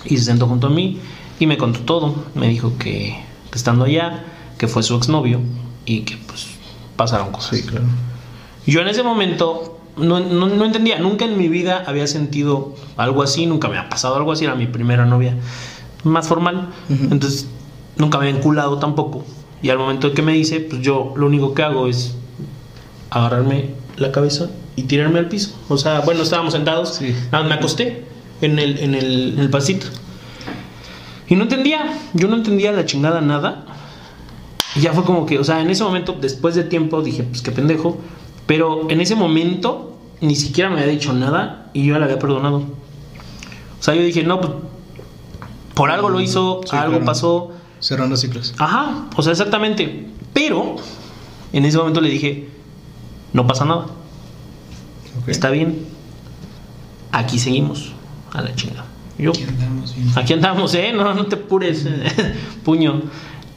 Speaker 3: y se sentó junto a mí y me contó todo. Me dijo que, que estando allá, que fue su exnovio y que pues pasaron cosas.
Speaker 1: Sí, claro.
Speaker 3: Yo en ese momento no, no- no entendía, nunca en mi vida había sentido algo así, nunca me ha pasado algo así, era mi primera novia más formal,
Speaker 1: Ujú.
Speaker 3: entonces nunca me había enculado tampoco. Y al momento que me dice, pues yo lo único que hago es agarrarme la cabeza y tirarme al piso. O sea, bueno, estábamos sentados,
Speaker 1: Sí.
Speaker 3: nada más me acosté en el, en el, en el pasito. Y no entendía, yo no entendía la chingada nada. Y ya fue como que, o sea, en ese momento, después de tiempo, dije, pues qué pendejo. Pero en ese momento, ni siquiera me había dicho nada y yo la había perdonado. O sea, yo dije, no, pues por algo lo hizo,
Speaker 1: Sí,
Speaker 3: algo
Speaker 1: claro.
Speaker 3: pasó.
Speaker 1: Cerrando ciclos.
Speaker 3: Ajá, o sea, exactamente. Pero en ese momento le dije, no pasa nada,
Speaker 1: Ok.
Speaker 3: está bien. Aquí seguimos, a la chingada. Yo,
Speaker 2: Aquí andamos bien.
Speaker 3: Aquí andamos, ¿eh? No, no te apures, eh, puño.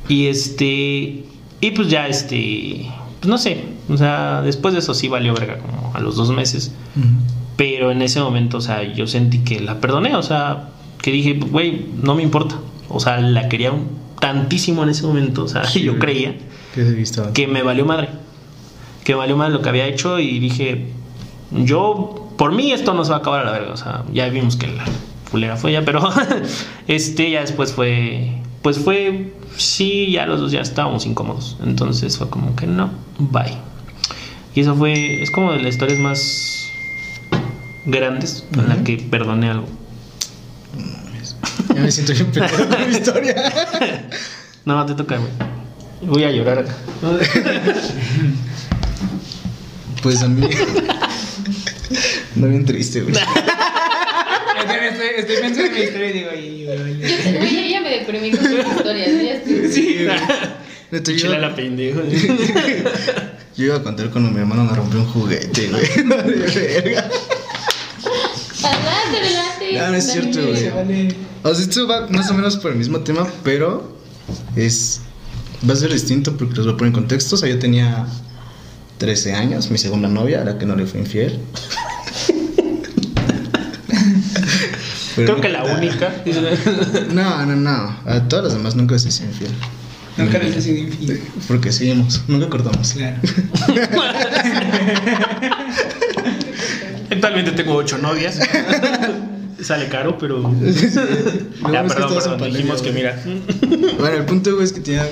Speaker 3: Y este. Y pues ya, este. Pues no sé. O sea, después de eso sí valió verga, como a los dos meses.
Speaker 1: Ujú.
Speaker 3: Pero en ese momento, o sea, yo sentí que la perdoné. O sea, que dije, "Pues, güey, no me importa. O sea, la quería un tantísimo en ese momento. O sea,
Speaker 1: Sí,
Speaker 3: ah, yo
Speaker 1: güey.
Speaker 3: creía
Speaker 1: ¿Qué he visto?
Speaker 3: que me valió madre. Que valió madre lo que había hecho y dije, yo, por mí esto no se va a acabar a la verga. O sea, ya vimos que la fulera fue ya, pero este ya después fue, pues fue, sí, ya los dos ya estábamos incómodos. Entonces fue como que no, bye. Y eso fue, es como de las historias más grandes en la
Speaker 1: Ujú.
Speaker 3: que perdoné algo.
Speaker 1: Ya me siento bien pendejo con mi historia.
Speaker 3: No, te toca, güey. Voy a llorar acá.
Speaker 1: Pues a mí. No bien triste, güey.
Speaker 2: Estoy, estoy, estoy pensando en mi historia y digo, ay, güey.
Speaker 4: Yo te- Güey, yo ya me deprimí con tus historias. yo ya estoy-
Speaker 1: Sí, güey. Neta, yo,
Speaker 3: Chela la pendejo.
Speaker 1: yo iba a contar cuando mi hermano me rompió un juguete, güey. No, de verga.
Speaker 4: Adelante, adelante.
Speaker 1: No, no es
Speaker 4: Dale,
Speaker 1: cierto, güey.
Speaker 2: Vale.
Speaker 1: O sea, esto va más o menos por el mismo tema, pero es. Va a ser distinto porque los voy a poner en contexto. O sea, yo tenía 13 años, mi segunda novia, a la que no le fue infiel. Pero
Speaker 3: Creo
Speaker 1: no
Speaker 3: que la
Speaker 1: cuenta.
Speaker 3: única.
Speaker 1: No, no, no. A todas las demás nunca les hice infiel.
Speaker 2: Nunca les he sido infiel.
Speaker 1: Porque seguimos, nunca cortamos.
Speaker 2: Claro.
Speaker 3: Actualmente tengo ocho novias. Sale caro, pero.
Speaker 1: Lo
Speaker 3: ya,
Speaker 1: bueno es que
Speaker 3: perdón,
Speaker 1: estamos en
Speaker 3: perdón.
Speaker 1: pandemia,
Speaker 3: Dijimos que
Speaker 1: güey.
Speaker 3: mira.
Speaker 1: Bueno, el punto, güey, es que tenía.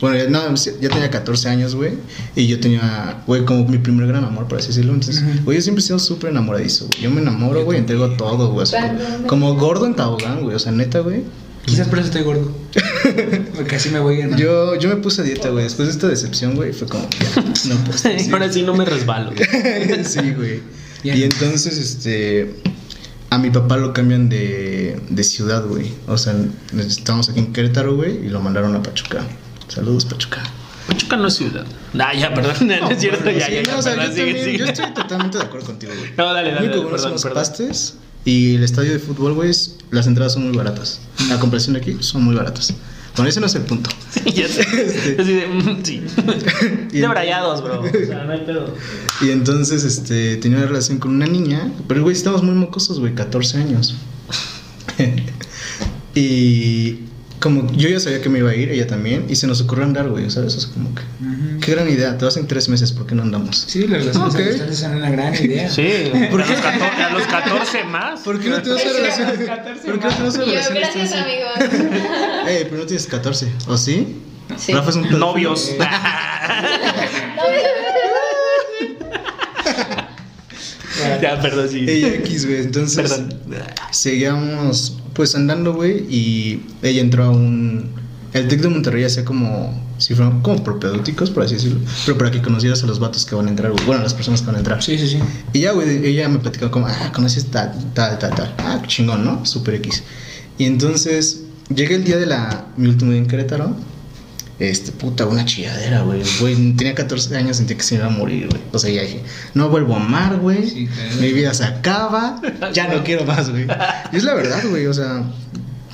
Speaker 1: Bueno, ya, no, ya tenía 14 años, güey. Y yo tenía, güey, como mi primer gran amor, por así decirlo. Entonces,
Speaker 2: Ajá.
Speaker 1: güey, yo siempre he sido súper enamoradizo, güey. Yo me enamoro, güey, entrego todo, güey. O sea,
Speaker 4: Perdóname.
Speaker 1: como gordo en tobogán, güey. O sea, neta, güey.
Speaker 2: Quizás por eso estoy gordo. Porque así me voy a
Speaker 1: Yo, yo me puse a dieta, güey. Después de esta decepción, güey, fue como, ya, no puedo.
Speaker 3: Ahora sí no me resbalo.
Speaker 1: sí, güey.
Speaker 2: Ya.
Speaker 1: Y entonces, este. A mi papá lo cambian de, de ciudad, güey. O sea, estamos aquí en Querétaro, güey, y lo mandaron a Pachuca. Saludos, Pachuca.
Speaker 3: Pachuca no es ciudad. Ah, ya, perdón. No, es cierto.
Speaker 1: bueno,
Speaker 3: ya,
Speaker 1: sí,
Speaker 3: ya,
Speaker 1: no,
Speaker 3: ya.
Speaker 1: o sea,
Speaker 3: perdón,
Speaker 1: yo,
Speaker 3: sigue,
Speaker 1: también-
Speaker 3: sigue.
Speaker 1: yo estoy totalmente de acuerdo contigo, güey.
Speaker 3: No, dale,
Speaker 1: Lo
Speaker 3: dale.
Speaker 1: único
Speaker 3: dale
Speaker 1: bueno son
Speaker 3: perdón,
Speaker 1: los
Speaker 3: perdón.
Speaker 1: pastes y el estadio de fútbol, güey, es- las entradas son muy baratas. A comparación de aquí, son muy baratas. Bueno, ese no es el punto.
Speaker 3: Sí, ya sé. Así de, mm, sí.
Speaker 1: Este. Y
Speaker 3: De brayados, bro. O sea, no hay pedo.
Speaker 1: Y entonces, este, tenía una relación con una niña, pero güey, estábamos muy mocosos, güey, 14 años. y como yo ya sabía que me iba a ir, ella también, y se nos ocurrió andar, güey, ¿sabes? O sea, como que, qué gran idea, te vas en tres meses, ¿por qué no andamos?
Speaker 2: Sí, las relaciones
Speaker 1: Ok.
Speaker 2: amistosas son una gran idea.
Speaker 3: Sí,
Speaker 1: ¿Por
Speaker 3: a,
Speaker 1: qué?
Speaker 3: los 14, a los 14 más.
Speaker 1: ¿Por qué no te vas a
Speaker 2: Sí, a los
Speaker 1: relación?
Speaker 2: 14
Speaker 1: ¿Por qué no te vas a
Speaker 4: Y yo,
Speaker 1: relación?
Speaker 4: gracias,
Speaker 1: Estás-
Speaker 4: amigos.
Speaker 1: Ey, pero no tienes 14, ¿o sí?
Speaker 4: Sí.
Speaker 1: Rafa es un pedófilo.
Speaker 3: Novios. ya, perdón, sí.
Speaker 1: Ella X, güey, entonces...
Speaker 3: Perdón.
Speaker 1: Seguíamos pues andando, güey, y ella entró a un... El TEC de Monterrey hacía como... Si fueran como propedéuticos, por así decirlo. Pero para que conocieras a los vatos que van a entrar, güey. Bueno, a las personas que van a entrar.
Speaker 2: Sí, sí, sí.
Speaker 1: Y ya, güey, ella me platicó como... Ah, conoces tal, tal, tal, tal. Ah, chingón, ¿no? Super X. Y entonces... Llega el día de la... Mi último día en Querétaro. Este, puta, una chilladera, güey. Güey, tenía 14 años, sentía que se me iba a morir, güey. O sea, ya dije, no vuelvo a amar, güey.
Speaker 2: Sí, claro.
Speaker 1: Mi vida se acaba. Ya no quiero más, güey. Y es la verdad, güey. O sea,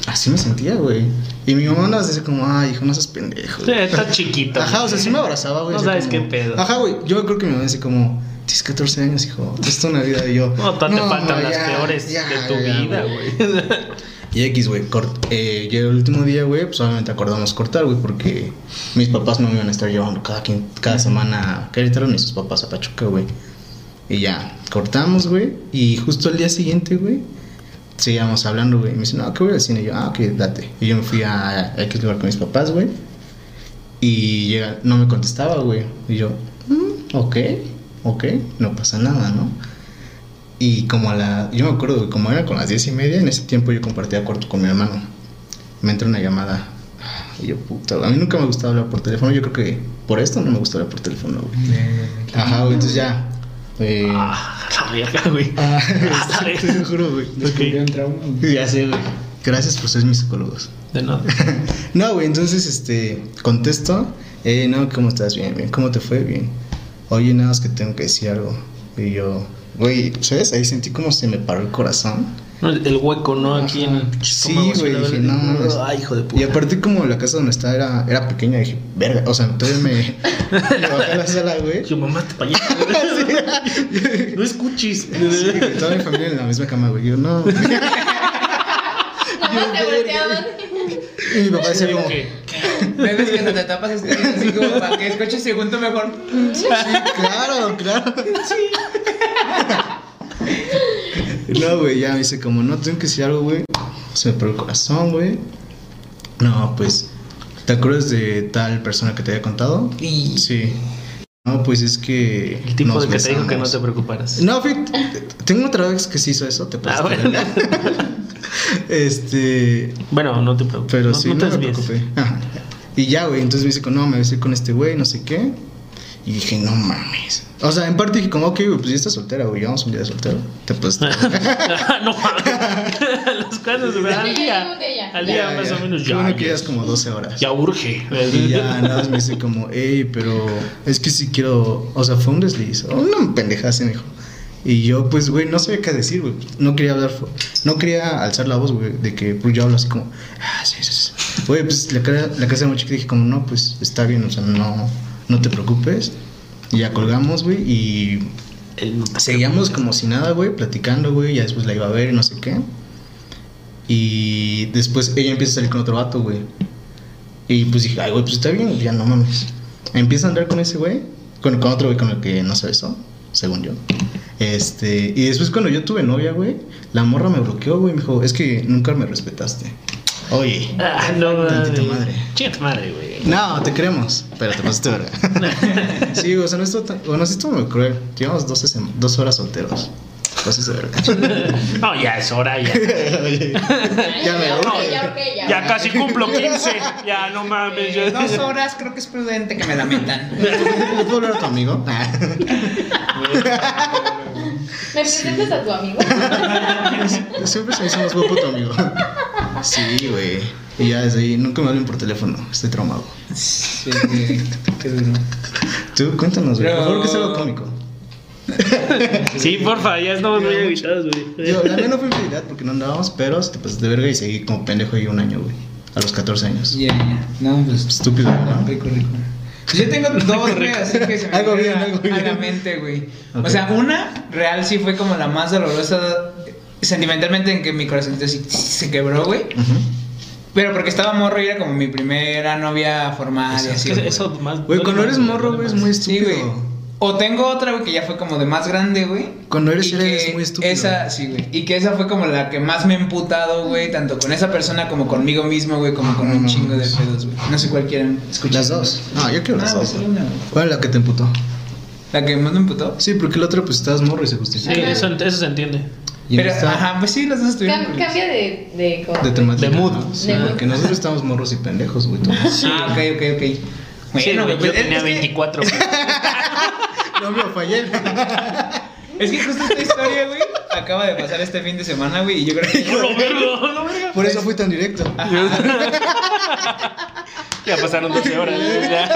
Speaker 1: Así me sentía, güey. Y mi mamá nos decía como, ay, hijo, no seas pendejo.
Speaker 3: Sí, Estás chiquito.
Speaker 1: Ajá, o sea, sí me abrazaba, güey.
Speaker 3: No
Speaker 1: así
Speaker 3: sabes
Speaker 1: como-
Speaker 3: qué pedo.
Speaker 1: Ajá, güey. Yo creo que mi mamá decía como, tienes 14 años, hijo. Es una vida y yo.
Speaker 3: No, todavía te faltan
Speaker 1: ma,
Speaker 3: las
Speaker 1: ya,
Speaker 3: peores
Speaker 1: ya,
Speaker 3: de tu
Speaker 1: ya,
Speaker 3: vida, güey.
Speaker 1: Y X, güey, cort- eh, yo el último día, güey, pues obviamente acordamos cortar, güey, porque mis papás no me iban a estar llevando cada, quin- cada semana a Querétaro ni sus papás a Pachuca, güey. Y ya, cortamos, güey, y justo al día siguiente, güey, seguíamos hablando, güey. y Me dice, no, que voy al cine. Y yo, ah, ok, date. Y yo me fui a X lugar con mis papás, güey. Y llega, no me contestaba, güey. Y yo, "Mm, ok, ok, no pasa nada, ¿no? Y como a la. Yo me acuerdo, güey, como era con las diez y media, en ese tiempo yo compartía cuarto con mi hermano. Me entra una llamada. Y yo, puta, güey, a mí nunca me gustaba hablar por teléfono. Yo creo que por esto no me gusta hablar por teléfono, güey. Ajá, güey, entonces ya. eh,
Speaker 3: Ah, la verga, güey.
Speaker 1: ah,
Speaker 3: ah,
Speaker 1: te lo juro, güey.
Speaker 2: Descubrió un trauma.
Speaker 1: Ya sé, güey. Gracias por ser mis psicólogos.
Speaker 3: De nada.
Speaker 1: No, güey, entonces, este, contesto. Eh, no, ¿cómo estás? Bien, bien. ¿Cómo te fue? Bien. Oye, nada más que tengo que decir algo. Y yo, güey, ¿sabes? Ahí sentí como se me paró el corazón.
Speaker 3: No, El hueco, ¿no? Aquí en el
Speaker 1: Sí,
Speaker 3: estómago,
Speaker 1: güey,
Speaker 3: la
Speaker 1: dije,
Speaker 3: verdad.
Speaker 1: no mames.
Speaker 3: Ay, hijo de puta.
Speaker 1: Y aparte, como la casa donde estaba era, era pequeña, dije, verga. O sea, entonces me, me bajé a la sala, güey.
Speaker 3: Yo, mamá, te pa' allá. No escuches.
Speaker 1: Sí, güey, toda mi familia en la misma cama, güey. Yo, no. güey.
Speaker 4: Nomás te volteaban.
Speaker 1: Y mi papá decía,
Speaker 3: Digo
Speaker 1: como,
Speaker 3: que-
Speaker 2: Bebes que no te tapas es así como para que escuches segundo mejor.
Speaker 1: Sí, claro, claro. No, güey, ya me dice como, no, tengo que decir algo, güey. Se me paró el corazón, güey. No, pues, ¿te acuerdas de tal persona que te había contado?
Speaker 3: Y-
Speaker 1: Sí. No, pues es que...
Speaker 3: El tipo
Speaker 1: nos
Speaker 3: de que te dijo que no
Speaker 1: besamos.
Speaker 3: te preocuparas.
Speaker 1: No, fui- tengo otra vez que sí hizo eso, te
Speaker 3: Ah,
Speaker 1: pasaste,
Speaker 3: bueno.
Speaker 1: ¿verdad? Este...
Speaker 3: Bueno, no te preocupes.
Speaker 1: Pero
Speaker 3: no,
Speaker 1: sí,
Speaker 3: no
Speaker 1: no,
Speaker 3: te
Speaker 1: me
Speaker 3: desvíes.
Speaker 1: preocupé. Ajá. Y ya, güey, entonces me dice, no, me besé con este güey, no sé qué. Y dije, no mames. O sea, en parte dije, como, ok, güey, pues ya estás soltera, güey, ya vamos un día de soltero. Te pues.
Speaker 3: no mames. Los cuernos se me dan al
Speaker 4: Yo
Speaker 3: día.
Speaker 4: digo que ya.
Speaker 3: Al
Speaker 4: Ya,
Speaker 3: día, más o menos ya.
Speaker 1: Yo bueno que
Speaker 3: ya,
Speaker 1: ya es como 12 horas.
Speaker 3: ya urge.
Speaker 1: Y ya nada más me dice, como, hey, pero es que sí quiero. O sea, fue un desliz. o Una pendejada así me dijo. Y yo, pues, güey, no sabía qué decir, güey. No quería hablar. fu- No quería alzar la voz, güey, de que pues, yo hablo así como, ah, sí, sí, sí. Güey, pues la, cara- la casa era muy chiquita. Dije, como, no, pues está bien, o sea, no, no te preocupes. Y ya colgamos, güey, y seguíamos como si nada, güey, platicando, güey. Ya después la iba a ver y no sé qué. Y después ella empieza a salir con otro vato, güey. Y pues dije, ay, güey, pues está bien, ya no mames. Empieza a andar con ese güey, con, con otro güey con el que no se besó, según yo. Este, y después cuando yo tuve novia, güey, la morra me bloqueó, güey, me dijo, es que nunca me respetaste. Oye,
Speaker 3: Ah, no,
Speaker 1: tantita
Speaker 3: mames.
Speaker 1: madre.
Speaker 3: Chinga tu madre, güey.
Speaker 1: no, te queremos, pero te pasaste verga. sí, o sea, no estuvo tan, bueno, sí estuvo muy cruel. Llevamos 12 sem- dos horas solteros. Cosas de verga.
Speaker 3: No, ya es hora, ya.
Speaker 1: Oye,
Speaker 4: Ay,
Speaker 1: Ya me
Speaker 4: ya,
Speaker 1: voy.
Speaker 4: ok, ya, ok, ya.
Speaker 3: Ya casi cumplo 15. Ya, no mames. ya-
Speaker 2: Dos horas creo que es prudente que me la metan.
Speaker 1: ¿Le puedo hablar a tu amigo?
Speaker 4: ¿Me presentas a tu amigo?
Speaker 1: Siempre se me hizo más guapo tu amigo. Sí, güey. Y ya desde ahí, nunca me hablen por teléfono. Estoy traumado.
Speaker 2: Sí, qué duro.
Speaker 1: Tú, cuéntanos, güey. Por
Speaker 2: Pero-
Speaker 1: favor, que sea algo cómico.
Speaker 3: Sí, porfa, ya estamos muy aguitados, güey.
Speaker 1: Yo, la mía no fue infidelidad porque no andábamos, pero se te pasaste de verga y seguí como pendejo ahí un año, güey. A los 14 años.
Speaker 2: Ya, ya. No, pues.
Speaker 1: Estúpido, ¿no?
Speaker 2: Rico, rico. Pues yo tengo dos, güey, así que se me
Speaker 1: Algo bien,
Speaker 2: vienen a-
Speaker 1: algo
Speaker 2: a la
Speaker 1: bien.
Speaker 2: mente, güey.
Speaker 1: Ok.
Speaker 2: O sea, una real sí fue como la más dolorosa sentimentalmente en que mi corazón sí se quebró, güey.
Speaker 1: Ujú.
Speaker 2: Pero porque estaba morro y era como mi primera novia formal y así.
Speaker 3: Eso,
Speaker 2: güey.
Speaker 3: eso más.
Speaker 1: Güey, cuando eres morro, güey, es muy
Speaker 2: Sí,
Speaker 1: estúpido.
Speaker 2: güey. O tengo otra, güey, que ya fue como de más grande, güey.
Speaker 1: Cuando eres
Speaker 2: Y
Speaker 1: eres
Speaker 2: que
Speaker 1: muy estúpido.
Speaker 2: Esa, sí, güey. Y que esa fue como la que más me he emputado, güey. Tanto con esa persona como conmigo mismo, güey. Como con un
Speaker 1: No,
Speaker 2: chingo de
Speaker 1: sí.
Speaker 2: pedos, güey. No sé cuál quieran escuchar.
Speaker 1: Las dos. No, yo quiero las
Speaker 2: Ah,
Speaker 1: dos.
Speaker 2: pues, una, güey.
Speaker 1: ¿Cuál es la que te emputó?
Speaker 2: La que más me emputó.
Speaker 1: Sí, porque la otra, pues estabas morro y se
Speaker 3: Sí,
Speaker 1: justificó.
Speaker 3: eso, eso se entiende.
Speaker 1: Y en
Speaker 2: Pero,
Speaker 1: esta-
Speaker 2: ajá, pues sí, las dos estuvieron.
Speaker 4: Cam- Cambia de. de, con-
Speaker 1: De temática.
Speaker 3: De mood.
Speaker 1: ¿no? Sí,
Speaker 4: De mood.
Speaker 1: porque nosotros estamos morros y pendejos, güey. tú.
Speaker 2: Ah, ok, ok, ok. Bueno,
Speaker 3: Sí,
Speaker 2: güey,
Speaker 3: güey,
Speaker 2: pues,
Speaker 3: yo
Speaker 2: es-
Speaker 3: tenía
Speaker 2: es que-
Speaker 3: 24. güey.
Speaker 1: No, me fallé.
Speaker 2: Es que justo esta historia, güey, acaba de pasar este fin de semana, güey. Y yo creo que.
Speaker 3: No lo vergo, no lo vergo.
Speaker 1: Por eso fui tan directo.
Speaker 3: Ya pasaron 12 horas. Ya,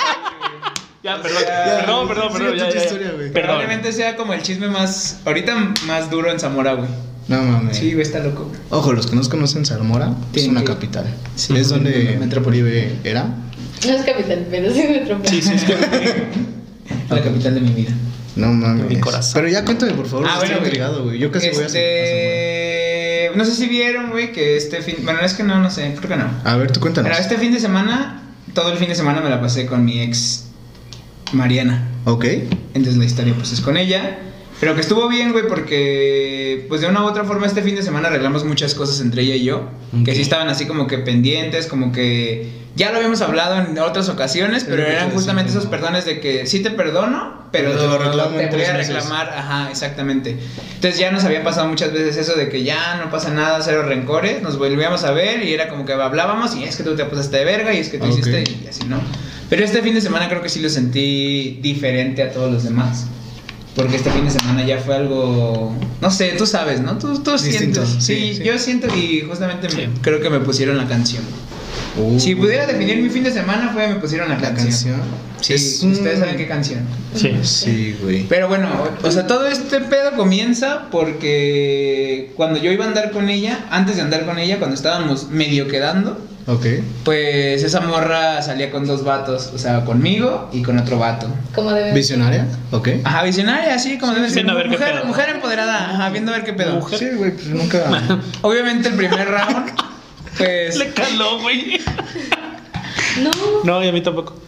Speaker 3: Ya, perdón,
Speaker 2: Ya,
Speaker 3: perdón,
Speaker 1: sí,
Speaker 3: perdón,
Speaker 1: sí,
Speaker 3: perdón.
Speaker 1: tu
Speaker 3: ya, ya, ya.
Speaker 1: historia, güey.
Speaker 3: Perdón.
Speaker 2: Probablemente sea como el chisme más. Ahorita más duro en Zamora, güey.
Speaker 1: No mames.
Speaker 2: Sí, güey, está loco.
Speaker 1: Ojo, los que no conocen Zamora es
Speaker 2: Tienen
Speaker 1: una
Speaker 2: que-
Speaker 1: capital.
Speaker 2: Sí.
Speaker 1: es donde
Speaker 2: Metrópoli.
Speaker 1: Uribe era.
Speaker 4: No es capital, pero sí me trompa.
Speaker 3: Sí, sí, es que.
Speaker 2: La capital de mi vida.
Speaker 1: No mames.
Speaker 3: Mi corazón.
Speaker 1: Pero ya cuéntame, por favor.
Speaker 2: Ah,
Speaker 1: estoy
Speaker 2: bueno, güey.
Speaker 1: intrigado, güey. Yo casi voy a hacer.
Speaker 2: Este. No sé si vieron, güey, que este fin. Bueno, es que no, no sé, creo que no.
Speaker 1: A ver, tú cuéntanos.
Speaker 2: Pero este fin de semana, todo el fin de semana me la pasé con mi ex Mariana.
Speaker 1: Ok.
Speaker 2: Entonces la historia pues es con ella. Pero que estuvo bien, güey, porque pues de una u otra forma este fin de semana arreglamos muchas cosas entre ella y yo. Que
Speaker 3: Ok.
Speaker 2: sí estaban así como que pendientes, como que ya lo habíamos hablado en otras ocasiones,
Speaker 1: Es
Speaker 2: pero
Speaker 1: lo que te
Speaker 2: eran
Speaker 1: decía,
Speaker 2: justamente
Speaker 1: ¿no?
Speaker 2: esos perdones de que sí te perdono, pero
Speaker 1: Pero te lo reclamo
Speaker 2: te
Speaker 1: en
Speaker 2: voy
Speaker 1: tres
Speaker 2: a
Speaker 1: meses.
Speaker 2: reclamar. Ajá, exactamente. Entonces ya nos había pasado muchas veces eso de que ya no pasa nada, cero rencores, nos volvíamos a ver y era como que hablábamos y es que tú te pasaste de verga y es que tú
Speaker 1: Ah, ok.
Speaker 2: hiciste y así, ¿no? Pero este fin de semana creo que sí lo sentí diferente a todos los demás. Porque este fin de semana ya fue algo, no sé, tú sabes, ¿no? Tú, tú
Speaker 1: Distinto,
Speaker 2: sientes.
Speaker 1: sí,
Speaker 2: Sí,
Speaker 1: sí.
Speaker 2: yo siento y justamente me-
Speaker 3: Sí.
Speaker 2: creo que me pusieron la canción.
Speaker 1: Uh,
Speaker 2: Si pudiera definir mi fin de semana fue me pusieron la,
Speaker 1: la
Speaker 2: canción.
Speaker 1: canción.
Speaker 2: Sí,
Speaker 1: Es un-
Speaker 2: ustedes saben qué canción.
Speaker 3: Sí.
Speaker 1: Sí, güey.
Speaker 2: Pero bueno, o sea, todo este pedo comienza porque cuando yo iba a andar con ella, antes de andar con ella, cuando estábamos medio quedando,
Speaker 1: Ok.
Speaker 2: pues esa morra salía con dos vatos, o sea, conmigo y con otro vato.
Speaker 4: Como debe.
Speaker 1: Visionaria. Ok.
Speaker 2: Ajá, visionaria, así como debe ser.
Speaker 3: viendo a ver qué
Speaker 2: mujer,
Speaker 3: pedo.
Speaker 2: mujer empoderada, ajá, viendo a ver qué pedo.
Speaker 3: Mujer.
Speaker 1: Sí, güey, pues nunca.
Speaker 2: Obviamente el primer round, pues...
Speaker 3: Le caló, güey.
Speaker 4: No.
Speaker 3: No, y a mí tampoco.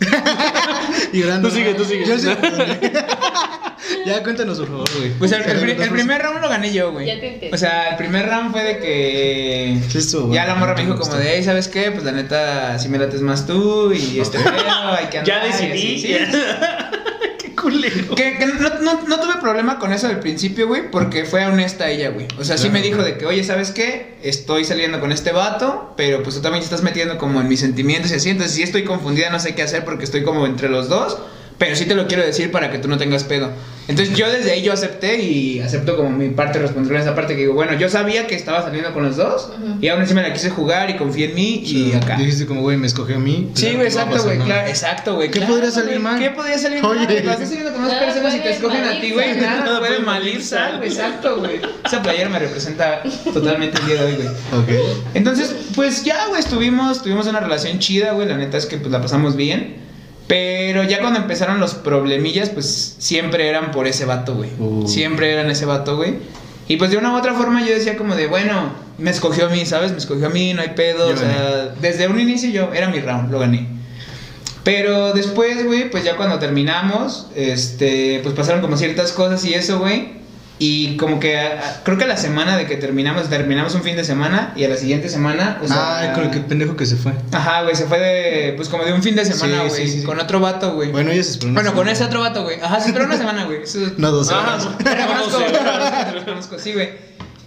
Speaker 1: Llorando.
Speaker 3: Tú sigue, tú sigue.
Speaker 1: Yo sí. ya cuéntanos, por favor, güey.
Speaker 2: Pues el, el pri- el
Speaker 1: Cuéntanos,
Speaker 2: primer round lo gané yo, güey.
Speaker 4: Ya te entiendo.
Speaker 2: O sea, el primer round fue de que.
Speaker 1: Sí, estuvo bueno.
Speaker 2: ya la morra me dijo como de, "Ey, ¿sabes qué? Pues la neta, si me lates más tú y este
Speaker 1: Ok.
Speaker 2: pedo, hay que andar.
Speaker 3: Ya
Speaker 2: y así,
Speaker 3: decidí.
Speaker 2: sí.
Speaker 3: Qué culero.
Speaker 2: Que, que no, no- no tuve problema con eso al principio, güey, porque fue honesta ella, güey. O sea, sí
Speaker 1: Claro.
Speaker 2: me dijo de que, oye, ¿sabes qué? Estoy saliendo con este vato, pero pues tú también te estás metiendo como en mis sentimientos y así. Entonces, sí estoy confundida, no sé qué hacer porque estoy como entre los dos, pero sí te lo quiero decir para que tú no tengas pedo. Entonces, yo desde ahí yo acepté y acepto como mi parte responsable en esa parte que digo, bueno, yo sabía que estaba saliendo con los dos
Speaker 4: Ujú.
Speaker 2: y aún así me la quise jugar y confié en mí y acá.
Speaker 1: Dijiste como, güey, me escogió a mí.
Speaker 2: Sí,
Speaker 1: claro, no
Speaker 2: güey,
Speaker 1: va a
Speaker 2: exacto,
Speaker 1: pasar
Speaker 2: güey,
Speaker 1: nada.
Speaker 2: claro, exacto, güey.
Speaker 1: ¿Qué
Speaker 2: claro,
Speaker 1: podría salir
Speaker 2: güey,
Speaker 1: mal?
Speaker 2: ¿Qué podría salir
Speaker 1: Oye.
Speaker 2: mal? güey? Lo estás saliendo con más
Speaker 4: Nada
Speaker 2: personas y te
Speaker 4: puede
Speaker 2: escogen a ti,
Speaker 4: mal
Speaker 2: güey.
Speaker 4: ir
Speaker 2: Nada,
Speaker 4: sal.
Speaker 2: puede mal ir sal, güey, exacto, güey. Esa playera me representa totalmente el día de hoy, güey.
Speaker 1: Ok.
Speaker 2: Entonces, pues ya, güey, estuvimos, tuvimos una relación chida, güey. La neta es que pues la pasamos bien. Pero ya cuando empezaron los problemillas, pues siempre eran por ese vato, güey.
Speaker 1: Uh.
Speaker 2: Siempre eran ese vato, güey. Y pues de una u otra forma yo decía como de, bueno, me escogió a mí, ¿sabes? Me escogió a mí, no hay pedo.
Speaker 1: Yo
Speaker 2: o sea, desde un inicio yo, era mi round, lo gané. Pero después, güey, pues ya cuando terminamos, este, pues pasaron como ciertas cosas y eso, güey. Y como que a- a- creo que la semana de que terminamos, terminamos un fin de semana y a la siguiente semana, o sea,
Speaker 1: Ah, con el que pendejo que se fue.
Speaker 2: Ajá, güey, se fue de pues como de un fin de semana,
Speaker 1: Sí,
Speaker 2: güey,
Speaker 1: sí, sí, sí.
Speaker 2: con otro vato, güey. Bueno,
Speaker 1: Bueno, ellos esperaron.
Speaker 2: con ese otro vato, güey. Ajá, sí, pero una semana, güey. Eso-
Speaker 1: No, dos
Speaker 2: Ajá,
Speaker 1: horas.
Speaker 2: te reconozco,
Speaker 3: No sé.
Speaker 2: te reconozco, te reconozco, sí, güey.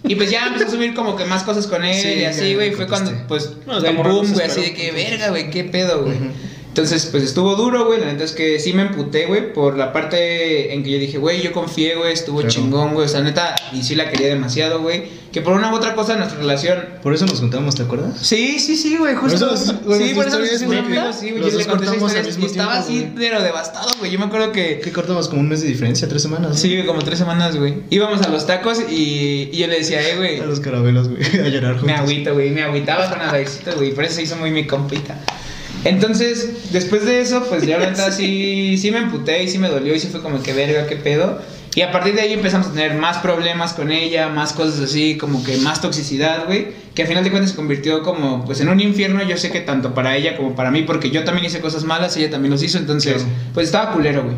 Speaker 2: Y pues ya empezó a subir como que más cosas con él
Speaker 1: Sí,
Speaker 2: y así,
Speaker 1: ya
Speaker 2: güey.
Speaker 1: me
Speaker 2: Fue cuando,
Speaker 1: contaste.
Speaker 2: pues,
Speaker 3: No,
Speaker 2: el
Speaker 3: tampoco
Speaker 2: boom,
Speaker 3: nos
Speaker 2: güey, así de
Speaker 3: esperó.
Speaker 2: que, verga, güey, qué pedo, güey.
Speaker 1: Ujú.
Speaker 2: Entonces, pues estuvo duro, güey. La neta es que sí me emputé, güey, por la parte en que yo dije, güey, yo confié, güey, estuvo
Speaker 1: Claro.
Speaker 2: chingón, güey. O sea, neta, y sí la quería demasiado, güey. Que por una u otra cosa nuestra relación
Speaker 1: Por eso nos juntamos, ¿te acuerdas?
Speaker 2: Sí, sí, sí, güey, justo.
Speaker 1: Por eso, güey,
Speaker 2: sí,
Speaker 1: nuestra
Speaker 2: por eso
Speaker 1: historia
Speaker 2: nos
Speaker 1: es
Speaker 2: hicimos
Speaker 1: muy
Speaker 2: amigos, sí, güey.
Speaker 1: los
Speaker 2: Yo le
Speaker 1: dos
Speaker 2: conté esa
Speaker 1: cortamos al
Speaker 2: historia
Speaker 1: mismo
Speaker 2: y estaba
Speaker 1: tiempo,
Speaker 2: así,
Speaker 1: güey.
Speaker 2: pero devastado, güey. Yo me acuerdo que.
Speaker 1: Que cortamos como un mes de diferencia, tres semanas.
Speaker 2: Sí, güey, como tres semanas, güey. Íbamos a los tacos y, y yo le decía, eh,
Speaker 1: A
Speaker 2: güey.
Speaker 1: los caramelos, güey. A llorar juntos.
Speaker 2: Me agüita, güey. Me agüitaba con las aircitas, güey. Por eso se hizo muy mi compita. Entonces, después de eso, pues ya la neta sí, sí me emputé y sí me dolió y sí fue como que verga, qué pedo. Y a partir de ahí empezamos a tener más problemas con ella, más cosas así, como que más toxicidad, güey. Que al final de cuentas se convirtió como, pues en un infierno, yo sé que tanto para ella como para mí, porque yo también hice cosas malas, ella también los hizo, entonces,
Speaker 1: Claro.
Speaker 2: pues estaba culero, güey.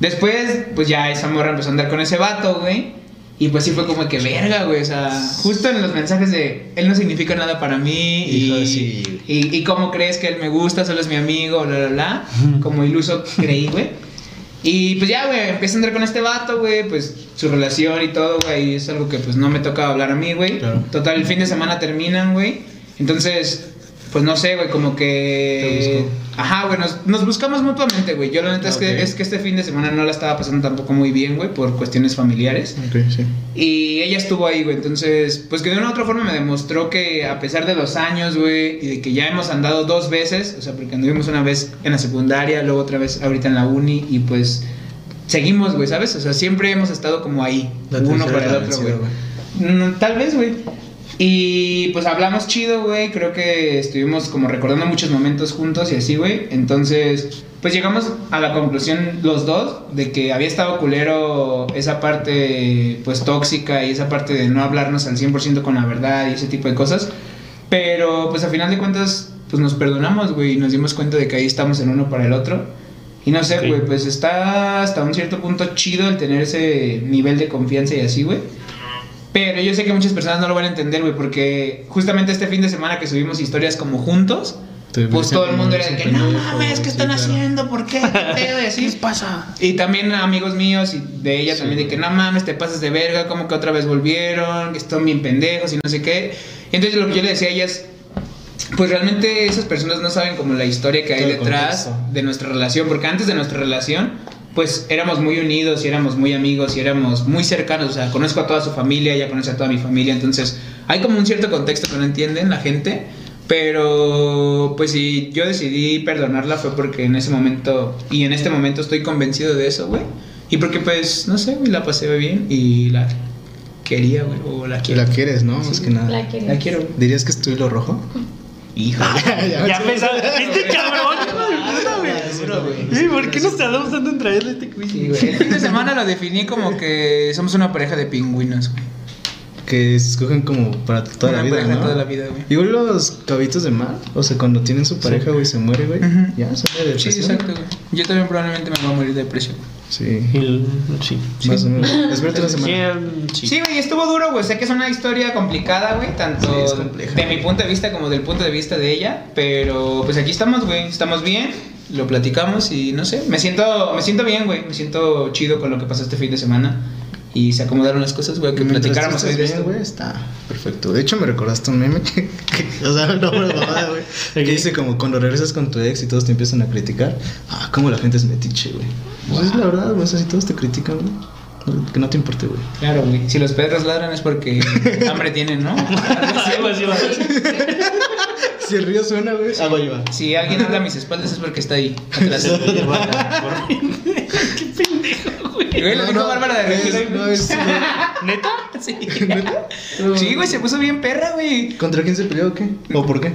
Speaker 2: Después, pues ya esa morra empezó a andar con ese vato, güey. Y pues sí fue como que verga, güey. O sea, justo en los mensajes de él no significa nada para mí.
Speaker 1: Hijo de
Speaker 2: Y,
Speaker 1: sí.
Speaker 2: y, y cómo crees que él me gusta, solo es mi amigo, bla, bla, bla. Como iluso creí, güey. Y pues ya, güey, empecé a andar con este vato, güey. Pues su relación y todo, güey. Es algo que pues no me toca hablar a mí, güey.
Speaker 1: Claro.
Speaker 2: Total, el fin de semana terminan, güey. Entonces, pues no sé, güey, como
Speaker 1: Te
Speaker 2: que...
Speaker 1: buscó. Ah,
Speaker 2: Ajá, güey, nos, nos buscamos mutuamente, güey. Yo la neta es,
Speaker 1: Ok.
Speaker 2: que, es que este fin de semana no la estaba pasando tampoco muy bien, güey, por cuestiones familiares.
Speaker 1: Ok, sí.
Speaker 2: Y ella estuvo ahí, güey. Entonces, pues que de una u otra forma me demostró que a pesar de los años, güey, y de que ya hemos andado dos veces, o sea, porque anduvimos una vez en la secundaria, luego otra vez ahorita en la uni, y pues seguimos, güey, ¿sabes? O sea, siempre hemos estado como ahí,
Speaker 1: La
Speaker 2: uno
Speaker 1: tercera
Speaker 2: para
Speaker 1: es
Speaker 2: el
Speaker 1: la
Speaker 2: otro,
Speaker 1: vencida,
Speaker 2: güey. No, Mm, tal vez, güey. Y pues hablamos chido, güey. Creo que estuvimos como recordando muchos momentos juntos y así, güey. Entonces, pues llegamos a la conclusión los dos de que había estado culero esa parte, pues tóxica y esa parte de no hablarnos al 100% con la verdad y ese tipo de cosas. Pero pues a final de cuentas, pues nos perdonamos, güey. Y nos dimos cuenta de que ahí estamos en uno para el otro. Y no sé,
Speaker 3: Ok.
Speaker 2: güey, pues está hasta un cierto punto chido el tener ese nivel de confianza y así, güey. Pero yo sé que muchas personas no lo van a entender, güey, porque justamente este fin de semana que subimos historias como juntos, pues todo el mundo era de que no mames, ¿qué están haciendo? ¿Por qué? ¿Qué pedo?" Y así.
Speaker 1: pasa?
Speaker 2: Y también amigos míos y de ella
Speaker 1: Sí.
Speaker 2: también de que no mames, te pasas de verga, como que otra vez volvieron, que están bien pendejos y no sé qué. Y entonces lo que yo le decía a ellas, pues realmente esas personas no saben como la historia que hay
Speaker 1: Todo el
Speaker 2: detrás
Speaker 1: contexto.
Speaker 2: de nuestra relación, porque antes de nuestra relación, pues éramos muy unidos y éramos muy amigos y éramos muy cercanos, o sea, conozco a toda su familia, ella conoce a toda mi familia, entonces hay como un cierto contexto que no entienden la gente. Pero, pues si yo decidí perdonarla fue porque en ese momento, y en este momento estoy convencido de eso, güey. Y porque, pues, no sé, güey, la pasé bien y la quería, güey, o la quiero.
Speaker 1: La quieres, ¿no? Más que nada.
Speaker 4: La quieres.
Speaker 2: La quiero.
Speaker 1: ¿Dirías que es tu hilo rojo?
Speaker 2: Hijo.
Speaker 3: Ya pensaba, este cabrón. Ah,
Speaker 1: Sí,
Speaker 3: Sí, ¿por qué nos tardamos tanto en traerle este quiz?
Speaker 2: Sí, güey. El fin de semana lo definí como que somos una pareja de pingüinos, güey.
Speaker 1: Que se escogen como para toda la
Speaker 2: Una
Speaker 1: vida,
Speaker 2: pareja
Speaker 1: ¿no?
Speaker 2: toda la vida, güey.
Speaker 1: Igual los cabitos de mar, o sea, cuando tienen su pareja, güey, se muere, güey.
Speaker 2: Ujú.
Speaker 1: Ya, se muere de
Speaker 2: Sí,
Speaker 1: depresión.
Speaker 2: exacto, güey. Yo también probablemente me voy a morir de depresión.
Speaker 1: Sí,
Speaker 3: El- Sí.
Speaker 1: más o menos. Espérate una
Speaker 3: Sí,
Speaker 1: semana.
Speaker 3: el- sí.
Speaker 2: Sí, güey, estuvo duro, güey. Sé que es una historia complicada, güey, tanto
Speaker 1: Sí, es compleja.
Speaker 2: de mi punto de vista como del punto de vista de ella, pero pues aquí estamos, güey. Estamos bien, lo platicamos y no sé, me siento me siento bien, güey. Me siento chido con lo que pasó este fin de semana y se acomodaron las cosas, güey, que
Speaker 1: Mientras tú
Speaker 2: platicáramos hoy
Speaker 1: estés
Speaker 2: de
Speaker 1: bien,
Speaker 2: esto.
Speaker 1: güey, está perfecto. De hecho, me recordaste un meme que, que- o sea, no me mamada, güey. Que
Speaker 3: Ok.
Speaker 1: dice como cuando regresas con tu ex y todos te empiezan a criticar. Ah, cómo la gente es metiche, güey. Pues es la verdad, güey. O sea, si todos te critican, güey. no- Que no te importe, güey.
Speaker 2: Claro, güey. Si los perros ladran es porque hambre tienen, ¿no?
Speaker 3: Algo así, va.
Speaker 1: Si el río suena, güey, ah, agua lleva.
Speaker 2: Si alguien habla a mis espaldas es porque está ahí. Atrás. Güey, lo
Speaker 1: No,
Speaker 2: dijo
Speaker 1: no,
Speaker 2: Bárbara de
Speaker 1: es-
Speaker 2: Regil.
Speaker 1: No, es.
Speaker 3: ¿Neta?
Speaker 2: Sí.
Speaker 1: ¿Neta?
Speaker 2: Sí, güey, se puso bien perra, güey.
Speaker 1: ¿Contra quién se peleó o qué? ¿O por qué?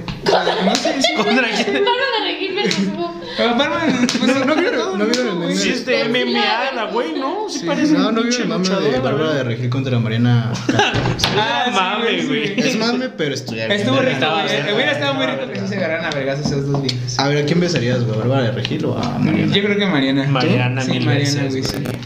Speaker 2: No sé, sí, güey.
Speaker 3: ¿Contra quién?
Speaker 4: Bárbara de Regil me subo.
Speaker 2: Ah, Bárbara, pues,
Speaker 1: No, no vieron-
Speaker 2: todo,
Speaker 1: no vieron el
Speaker 2: güey.
Speaker 1: meme.
Speaker 3: Sí,
Speaker 1: Sí,
Speaker 3: es de MMA, la güey, ¿no? Sí, parece
Speaker 1: No, no
Speaker 3: un
Speaker 1: vi el
Speaker 3: pinche
Speaker 1: mame
Speaker 3: luchador,
Speaker 1: de
Speaker 3: la
Speaker 1: Bárbara de
Speaker 3: verdad.
Speaker 1: Regil contra Mariana.
Speaker 2: Ah, sí,
Speaker 3: Mame,
Speaker 2: güey, sí,
Speaker 3: güey.
Speaker 1: Es mame, pero estudiar.
Speaker 2: Estuvo rico,
Speaker 3: Estaba
Speaker 2: güey.
Speaker 3: cerca,
Speaker 2: Hubiera estado muy
Speaker 3: estaba
Speaker 2: rico que sí se agarraran a vergas esos dos viejos.
Speaker 1: A ver, ¿a quién besarías, güey? ¿A ¿Bárbara de Regil o a Mariana?
Speaker 2: Yo creo que Mariana.
Speaker 3: Mariana,
Speaker 2: Sí,
Speaker 3: mil
Speaker 2: Mariana,
Speaker 3: veces,
Speaker 2: güey, sí.
Speaker 3: güey.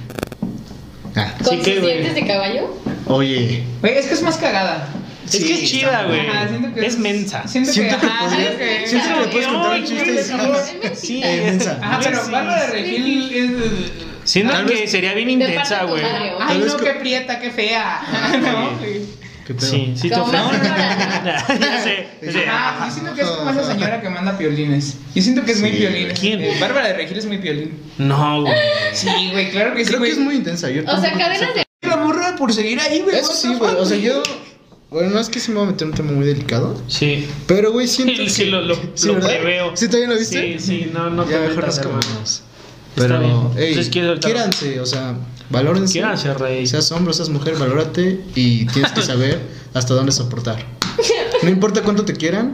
Speaker 1: Ah,
Speaker 4: ¿Con
Speaker 3: que,
Speaker 4: sus
Speaker 3: güey.
Speaker 4: dientes de caballo?
Speaker 1: Oye.
Speaker 2: Güey, es que es más cagada.
Speaker 3: Es que es chida, güey.
Speaker 2: Ajá, siento que
Speaker 3: Es mensa.
Speaker 2: Siento,
Speaker 1: Siento que
Speaker 2: que. ajá,
Speaker 1: podría-
Speaker 2: siento que-
Speaker 1: siento que le
Speaker 4: Ay,
Speaker 1: puedes contar un
Speaker 3: no,
Speaker 1: chiste y
Speaker 3: güey,
Speaker 1: se-
Speaker 4: por
Speaker 1: ah,
Speaker 4: favor,
Speaker 1: sí,
Speaker 4: es
Speaker 3: Sí,
Speaker 4: mentira.
Speaker 1: es mensa. Ah,
Speaker 2: Ajá, Ah, pero
Speaker 3: Sí.
Speaker 2: Bárbara de Regil es.
Speaker 3: Siento
Speaker 1: Tal
Speaker 3: que
Speaker 1: vez-
Speaker 3: sería bien
Speaker 4: De
Speaker 3: intensa,
Speaker 4: parte de tu
Speaker 3: güey.
Speaker 4: madre, güey.
Speaker 2: Ay,
Speaker 1: vez
Speaker 2: no,
Speaker 1: co-
Speaker 2: qué prieta, qué fea. No, güey.
Speaker 1: ¿Qué pedo?
Speaker 3: Sí, sí, te
Speaker 4: Como
Speaker 3: ofrece.
Speaker 4: Bárbara.
Speaker 3: Ya sé. ya sé.
Speaker 2: Ajá, yo siento que es como esa señora que manda piolines. Yo siento que es muy
Speaker 1: Sí,
Speaker 2: piolín.
Speaker 3: ¿quién?
Speaker 2: Eh, Bárbara de Regil es muy piolín.
Speaker 3: No, güey.
Speaker 2: Sí, güey, claro que sí,
Speaker 1: Creo que
Speaker 2: güey.
Speaker 1: es muy intensa. Yo
Speaker 4: O sea,
Speaker 1: tampoco-
Speaker 4: cadenas de.
Speaker 2: La morra por seguir ahí, güey.
Speaker 1: Eso
Speaker 2: what
Speaker 1: sí,
Speaker 2: the
Speaker 1: güey.
Speaker 2: fuck,
Speaker 1: O sea, yo. Bueno, no es que se me va a meter un tema muy delicado.
Speaker 3: Sí.
Speaker 1: Pero, güey, siento
Speaker 3: Sí,
Speaker 1: que.
Speaker 3: sí, lo, lo,
Speaker 1: ¿Sí,
Speaker 3: lo
Speaker 1: verdad?
Speaker 3: preveo.
Speaker 1: ¿Sí todavía lo viste?
Speaker 3: Sí, sí, no, no
Speaker 1: ya
Speaker 3: te
Speaker 1: mejor
Speaker 3: metas,
Speaker 1: nos
Speaker 3: hermano.
Speaker 1: comamos.
Speaker 3: Está
Speaker 1: Pero,
Speaker 3: bien.
Speaker 1: ey,
Speaker 3: Entonces, ¿quieres ahorita-
Speaker 1: quiéranse, o sea, valórense.
Speaker 3: Quiéranse, rey.
Speaker 1: Seas hombre, seas mujer, valórate y tienes que saber hasta dónde soportar. No importa cuánto te quieran,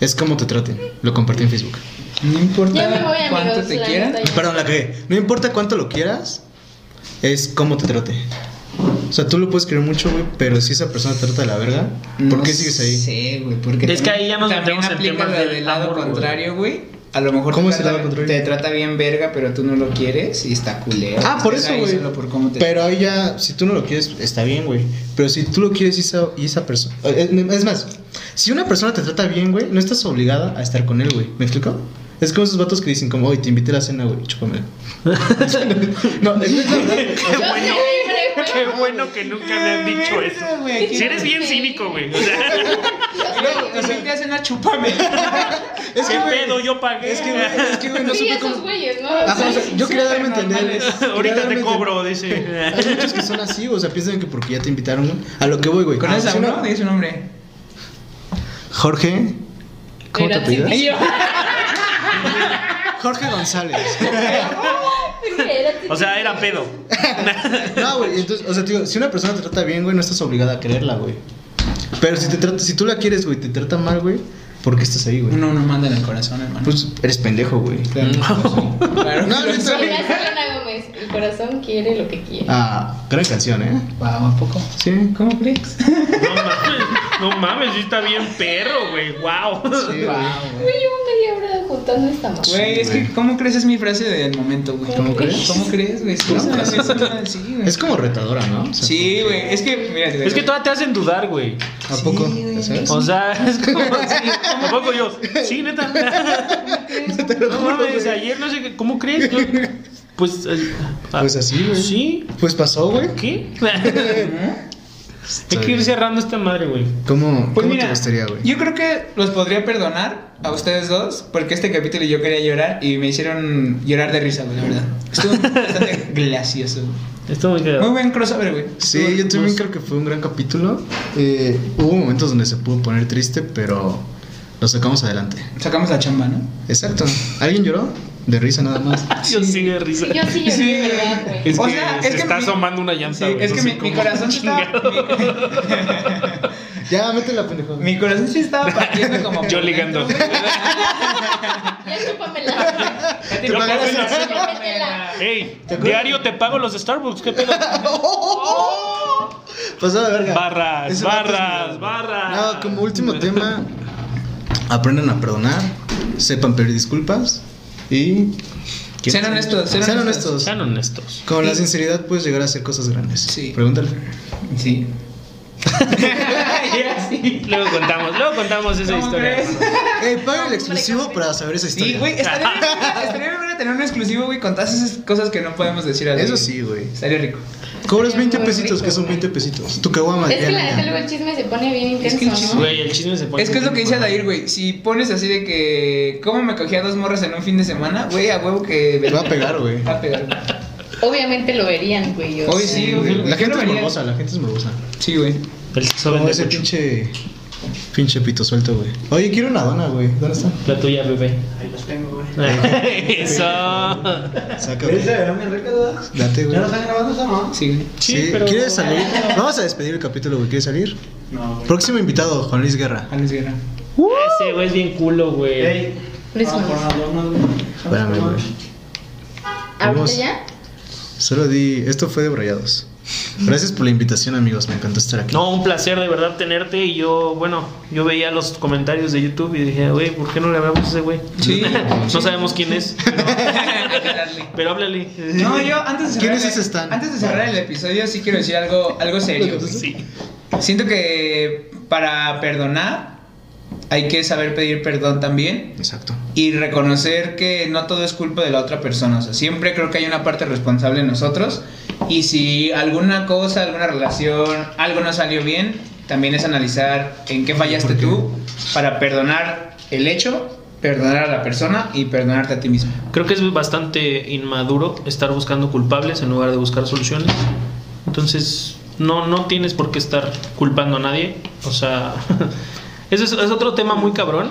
Speaker 1: es como te traten. Lo compartí en Facebook.
Speaker 2: No importa
Speaker 4: Ya me voy, amigos.
Speaker 2: cuánto te
Speaker 4: la
Speaker 2: quieran.
Speaker 4: neta, ya.
Speaker 1: Perdón, la creé. No importa cuánto lo quieras, es cómo te trate. O sea, tú lo puedes querer mucho, güey, pero si esa persona te trata de la verga, ¿por qué sigues ahí?
Speaker 2: Sí, güey, porque
Speaker 3: Es que ahí ya nos
Speaker 2: también
Speaker 3: metemos en
Speaker 2: aplica
Speaker 3: temas
Speaker 2: la
Speaker 3: del
Speaker 2: del lado
Speaker 3: amor, güey.
Speaker 2: contrario, güey. A lo mejor
Speaker 1: ¿Cómo
Speaker 2: te
Speaker 1: es el
Speaker 2: trata-
Speaker 1: lado contrario?
Speaker 2: Te trata bien verga, pero tú no lo quieres y está culero.
Speaker 1: Ah, por
Speaker 2: Estás
Speaker 1: eso,
Speaker 2: ahí
Speaker 1: güey.
Speaker 2: solo por cómo te-
Speaker 1: Pero ahí ya, si tú no lo quieres, está bien, güey. Pero si tú lo quieres y esa, y esa persona. eh, Es más, si una persona te trata bien, güey, no estás obligada a estar con él, güey. ¿Me explico? Es como esos vatos que dicen, como, oye, te invité a la cena, güey, chúpame. no, es la verdad.
Speaker 4: Yo siempre, güey.
Speaker 3: Qué bueno que nunca me han dicho
Speaker 2: Verga,
Speaker 3: eso.
Speaker 2: güey, aquí-
Speaker 3: Si eres bien cínico, güey. O sea,
Speaker 4: Yo
Speaker 2: Luego te
Speaker 4: siempre.
Speaker 2: invité a cenar, chúpame.
Speaker 1: Es que,
Speaker 3: ¿qué
Speaker 1: güey,
Speaker 3: pedo? Yo pagué.
Speaker 1: Es que, güey, es que, güey, no
Speaker 4: Sí,
Speaker 1: supe
Speaker 4: esos
Speaker 1: cómo.
Speaker 4: güeyes, ¿no?
Speaker 1: Ajá, o sea, yo quería darme a entender.
Speaker 2: Normales.
Speaker 1: quería
Speaker 3: Ahorita
Speaker 1: darme a
Speaker 3: te
Speaker 1: entender.
Speaker 3: cobro, dice.
Speaker 1: Hay muchos que son así, o sea, piensan que porque ya te invitaron, güey. A lo que voy, güey.
Speaker 2: Con
Speaker 1: Ah,
Speaker 2: esa,
Speaker 1: si
Speaker 2: ¿no?
Speaker 1: una-
Speaker 2: Dice su nombre.
Speaker 1: Jorge. ¿Cómo te
Speaker 4: Pero sí,
Speaker 1: apellidas?
Speaker 2: Y yo,
Speaker 1: Jorge González.
Speaker 3: O sea, era pedo.
Speaker 1: No, güey, entonces, o sea, tío, si una persona te trata bien, güey, no estás obligada a creerla, güey. Pero si te trata, si tú la quieres, güey, te trata mal, güey, ¿por qué estás ahí, güey?
Speaker 2: Uno no manda en el corazón, hermano.
Speaker 1: Pues eres pendejo, güey.
Speaker 2: claro, claro.
Speaker 1: No, no,
Speaker 4: Mira, Selena Gómez, el corazón quiere lo que quiere.
Speaker 1: Ah, gran canción, ¿eh?
Speaker 2: Wow, ¿a poco?
Speaker 1: Sí.
Speaker 2: ¿Cómo crees?
Speaker 3: No mames, no mames, sí está bien perro, güey. Wow.
Speaker 1: Sí, güey.
Speaker 2: Wow,
Speaker 4: Güey, llevo media hora juntando esta madre.
Speaker 2: Güey, es que ¿cómo crees? Es mi frase del momento, güey.
Speaker 1: ¿Cómo crees?
Speaker 2: ¿Cómo crees, güey? Sí,
Speaker 1: ¿Cómo
Speaker 2: es una
Speaker 1: crees?
Speaker 2: frase normal, sí, güey.
Speaker 1: Es como retadora, ¿no? O sea,
Speaker 2: Sí, güey. Es que, mira, te-
Speaker 3: Es que todavía te hacen dudar, güey.
Speaker 1: ¿A poco?
Speaker 2: Sí, güey.
Speaker 1: ¿Sabes?
Speaker 3: O sea, es como sí, tampoco yo. Sí, neta. No mames, ayer no sé qué, ¿cómo crees? Yo- pues eh, ah,
Speaker 1: Pues así, güey.
Speaker 3: Sí.
Speaker 1: Pues pasó, güey.
Speaker 3: ¿Qué?
Speaker 2: ¿Mm?
Speaker 3: Hay que ir cerrando esta madre, güey.
Speaker 1: ¿Cómo,
Speaker 2: Pues
Speaker 1: cómo
Speaker 2: mira,
Speaker 1: te gustaría, güey?
Speaker 2: yo creo que los podría perdonar a ustedes dos porque este capítulo yo quería llorar y me hicieron llorar de risa, güey, la verdad. Estuvo bastante gracioso. güey.
Speaker 3: Esto muy
Speaker 2: Muy
Speaker 3: cagado.
Speaker 2: buen crossover, güey.
Speaker 1: Sí, yo también
Speaker 3: Nos-
Speaker 1: creo que fue un gran capítulo. Eh, hubo momentos donde se pudo poner triste, pero lo sacamos adelante.
Speaker 2: Sacamos la chamba, ¿no?
Speaker 1: Exacto. ¿Alguien lloró? De risa nada más.
Speaker 3: Yo sí de
Speaker 4: Sí,
Speaker 3: risa.
Speaker 4: yo sí lloré,
Speaker 2: Sí.
Speaker 4: de verdad, güey.
Speaker 3: Es que
Speaker 2: O sea,
Speaker 3: se
Speaker 2: es que
Speaker 3: está
Speaker 2: mi-
Speaker 3: asomando una
Speaker 2: Sí,
Speaker 3: llanta, güey.
Speaker 2: es
Speaker 3: no
Speaker 2: que
Speaker 3: sé
Speaker 2: mi, mi
Speaker 3: cómo
Speaker 2: corazón se
Speaker 3: chingado.
Speaker 2: estaba.
Speaker 1: Ya, métela, pendejo.
Speaker 2: Mi, mi corazón se estaba partiendo como. por
Speaker 3: Yo
Speaker 2: dentro,
Speaker 3: ligando.
Speaker 2: güey.
Speaker 4: Ya chúpamela.
Speaker 2: Ya te
Speaker 3: Yo
Speaker 2: imaginas,
Speaker 3: pasé la-
Speaker 2: así, como,
Speaker 3: Ey, diario te pago los Starbucks, qué pedo.
Speaker 1: Pasó de verga.
Speaker 3: Barras,
Speaker 1: Ese vato es
Speaker 3: barras,
Speaker 1: mi-
Speaker 3: barras.
Speaker 1: No, como último tema, aprendan a perdonar, sepan pedir disculpas y.
Speaker 2: Sean honestos, sean
Speaker 1: Sean
Speaker 2: honestos.
Speaker 1: honestos.
Speaker 3: Sean honestos.
Speaker 1: Con la sinceridad puedes llegar a hacer cosas grandes.
Speaker 2: Sí.
Speaker 1: Pregúntale.
Speaker 2: Sí. Ya, sí.
Speaker 3: Luego contamos, luego contamos esa
Speaker 2: ¿Cómo
Speaker 3: historia.
Speaker 2: crees?
Speaker 3: hermano.
Speaker 1: Eh, paga el
Speaker 4: Hombre,
Speaker 1: exclusivo
Speaker 4: campeón.
Speaker 1: para saber esa historia.
Speaker 2: Sí, güey, estaría bien- estaría bien bueno tener un exclusivo, güey, con todas esas cosas que no podemos decir al
Speaker 1: Eso sí, güey.
Speaker 2: Estaría rico.
Speaker 1: Cobras
Speaker 4: Estaría
Speaker 1: 20
Speaker 4: muy
Speaker 1: pesitos,
Speaker 4: rico,
Speaker 1: que son
Speaker 4: güey.
Speaker 1: 20 pesitos. Tu caguama.
Speaker 4: Es que la
Speaker 1: ya,
Speaker 4: neta
Speaker 1: ya.
Speaker 4: luego el chisme se pone bien
Speaker 2: Es que el
Speaker 4: intenso, ¿no?
Speaker 3: Güey, el chisme se pone.
Speaker 2: Es que es lo que dice Adair, güey. Si pones así de que. ¿Cómo me cogí a dos morras en un fin de semana? Güey, a huevo que.
Speaker 1: Te va a pegar, güey.
Speaker 2: Va a pegar, güey.
Speaker 4: Obviamente lo verían, güey. o
Speaker 2: Hoy
Speaker 4: sea.
Speaker 2: sí, güey.
Speaker 1: La
Speaker 2: Yo
Speaker 1: gente
Speaker 2: lo
Speaker 1: es
Speaker 2: vería.
Speaker 1: morbosa, la gente es morbosa.
Speaker 2: Sí, güey.
Speaker 3: El sexo
Speaker 1: Como
Speaker 3: vende
Speaker 1: ese
Speaker 3: mucho.
Speaker 1: pinche. Pinche pito suelto, güey. Oye, quiero una dona, güey. ¿Dónde está?
Speaker 3: La tuya, bebé.
Speaker 5: Ahí los tengo, güey.
Speaker 3: Eso.
Speaker 1: Saca,
Speaker 5: ¿Quieres
Speaker 1: güey.
Speaker 5: saber mi recado?
Speaker 1: Date, güey.
Speaker 5: ¿Ya lo están grabando esa no?
Speaker 2: Sí, güey.
Speaker 1: Sí, ¿Quieres salir? Vamos a despedir el capítulo, güey. ¿Quieres salir?
Speaker 5: No, güey.
Speaker 1: Próximo invitado, Juan Luis Guerra.
Speaker 2: A Luis Ah, Guerra.
Speaker 3: Ese güey es bien culo, güey.
Speaker 5: Ey,
Speaker 4: Luis
Speaker 5: vamos por
Speaker 4: Juan.
Speaker 5: unas donas, güey. Vamos
Speaker 1: Espérame,
Speaker 5: por
Speaker 1: güey.
Speaker 5: unas-
Speaker 4: ¿Ahorita
Speaker 1: Vamos.
Speaker 4: ya?
Speaker 1: Solo di. Esto fue de Brayados. Gracias por la invitación, amigos. Me encantó estar aquí.
Speaker 3: No, un placer de verdad tenerte. Y yo, bueno, yo veía los comentarios de YouTube y dije, güey, ¿por qué no le hablamos a ese güey?
Speaker 2: Sí.
Speaker 3: No sabemos quién es,
Speaker 2: Darle.
Speaker 3: pero háblale.
Speaker 2: No, yo antes de cerrar.
Speaker 1: ¿Quiénes
Speaker 2: el-
Speaker 1: esos están?
Speaker 2: Antes de cerrar el episodio, sí quiero decir algo, algo serio. güey.
Speaker 3: Sí.
Speaker 2: Siento que para perdonar hay que saber pedir perdón también.
Speaker 1: Exacto.
Speaker 2: y reconocer que no todo es culpa de la otra persona. O sea, siempre creo que hay una parte responsable en nosotros. Y si alguna cosa, alguna relación, algo no salió bien, también es analizar en qué fallaste
Speaker 1: ¿Por qué?
Speaker 2: tú para perdonar el hecho, perdonar a la persona y perdonarte a ti mismo.
Speaker 3: Creo que es bastante inmaduro estar buscando culpables en lugar de buscar soluciones. Entonces, no, no tienes por qué estar culpando a nadie. O sea, ese es, es otro tema muy cabrón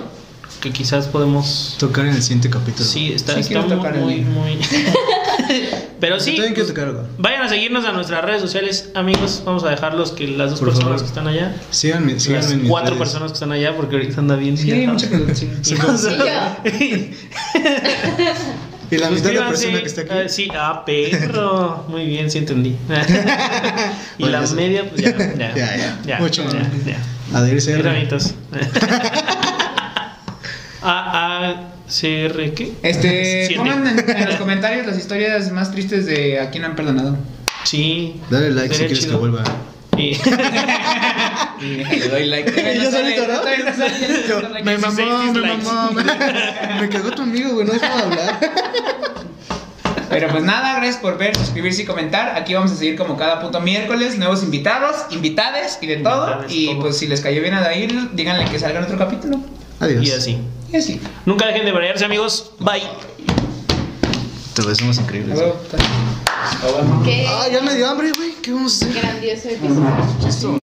Speaker 3: que quizás podemos...
Speaker 1: Tocar en el siguiente capítulo.
Speaker 3: Sí, está,
Speaker 2: Sí,
Speaker 3: está
Speaker 2: quiero
Speaker 3: muy,
Speaker 2: tocar el-
Speaker 3: muy, muy- Pero sí, pues,
Speaker 1: También quiero tocar algo.
Speaker 3: vayan a seguirnos a nuestras redes sociales, amigos. Vamos a dejarlos que las dos
Speaker 1: Por
Speaker 3: personas
Speaker 1: favor.
Speaker 3: que están allá,
Speaker 1: Síganme, síganme.
Speaker 3: las
Speaker 1: en mis
Speaker 3: cuatro
Speaker 1: redes.
Speaker 3: personas que están allá, porque ahorita anda bien.
Speaker 2: Sí,
Speaker 3: viajado.
Speaker 2: mucha producción.
Speaker 3: Y
Speaker 4: Sí, yo.
Speaker 1: Y la mitad de la persona
Speaker 3: Suscríbanse.
Speaker 1: que está aquí.
Speaker 3: Ah, sí, ah, perro. Muy bien, sí entendí. y
Speaker 1: Bueno,
Speaker 3: la
Speaker 1: eso.
Speaker 3: media, pues ya, ya.
Speaker 1: Ya, ya.
Speaker 3: ya,
Speaker 1: Mucho
Speaker 3: ya,
Speaker 1: más.
Speaker 3: ya.
Speaker 1: Adherirse a
Speaker 3: Granitos. A, A, C, R, ¿qué?
Speaker 2: Este,
Speaker 3: Siete.
Speaker 2: pongan en, en los comentarios las historias más tristes de a quién han perdonado.
Speaker 3: Sí.
Speaker 1: Dale like si
Speaker 3: Sería
Speaker 1: quieres
Speaker 3: chido.
Speaker 1: que vuelva.
Speaker 3: Y-
Speaker 2: Y le doy like.
Speaker 1: Y yo solito, ¿no?
Speaker 2: Todavía sale,
Speaker 1: Yo,
Speaker 2: todavía no
Speaker 1: me
Speaker 2: sale.
Speaker 1: mamó, me
Speaker 3: likes.
Speaker 1: mamó. Me, me cagó tu amigo, güey. No dejaba de hablar.
Speaker 2: Pero pues nada, gracias por ver, suscribirse y comentar. Aquí vamos a seguir como cada puto miércoles, nuevos invitados, invitades y de todo.
Speaker 3: Invitades,
Speaker 2: Y
Speaker 3: todo.
Speaker 2: pues si les cayó bien a Dair, díganle que salga en otro capítulo.
Speaker 1: Adiós.
Speaker 3: y así.
Speaker 2: Y así.
Speaker 3: Nunca dejen de variarse, amigos. Bye.
Speaker 1: Te lo decimos increíble. güey.
Speaker 2: Luego, tal.
Speaker 4: Qué
Speaker 1: Ah, ya me dio hambre, güey. ¿Qué vamos a hacer?
Speaker 4: grandioso episodio.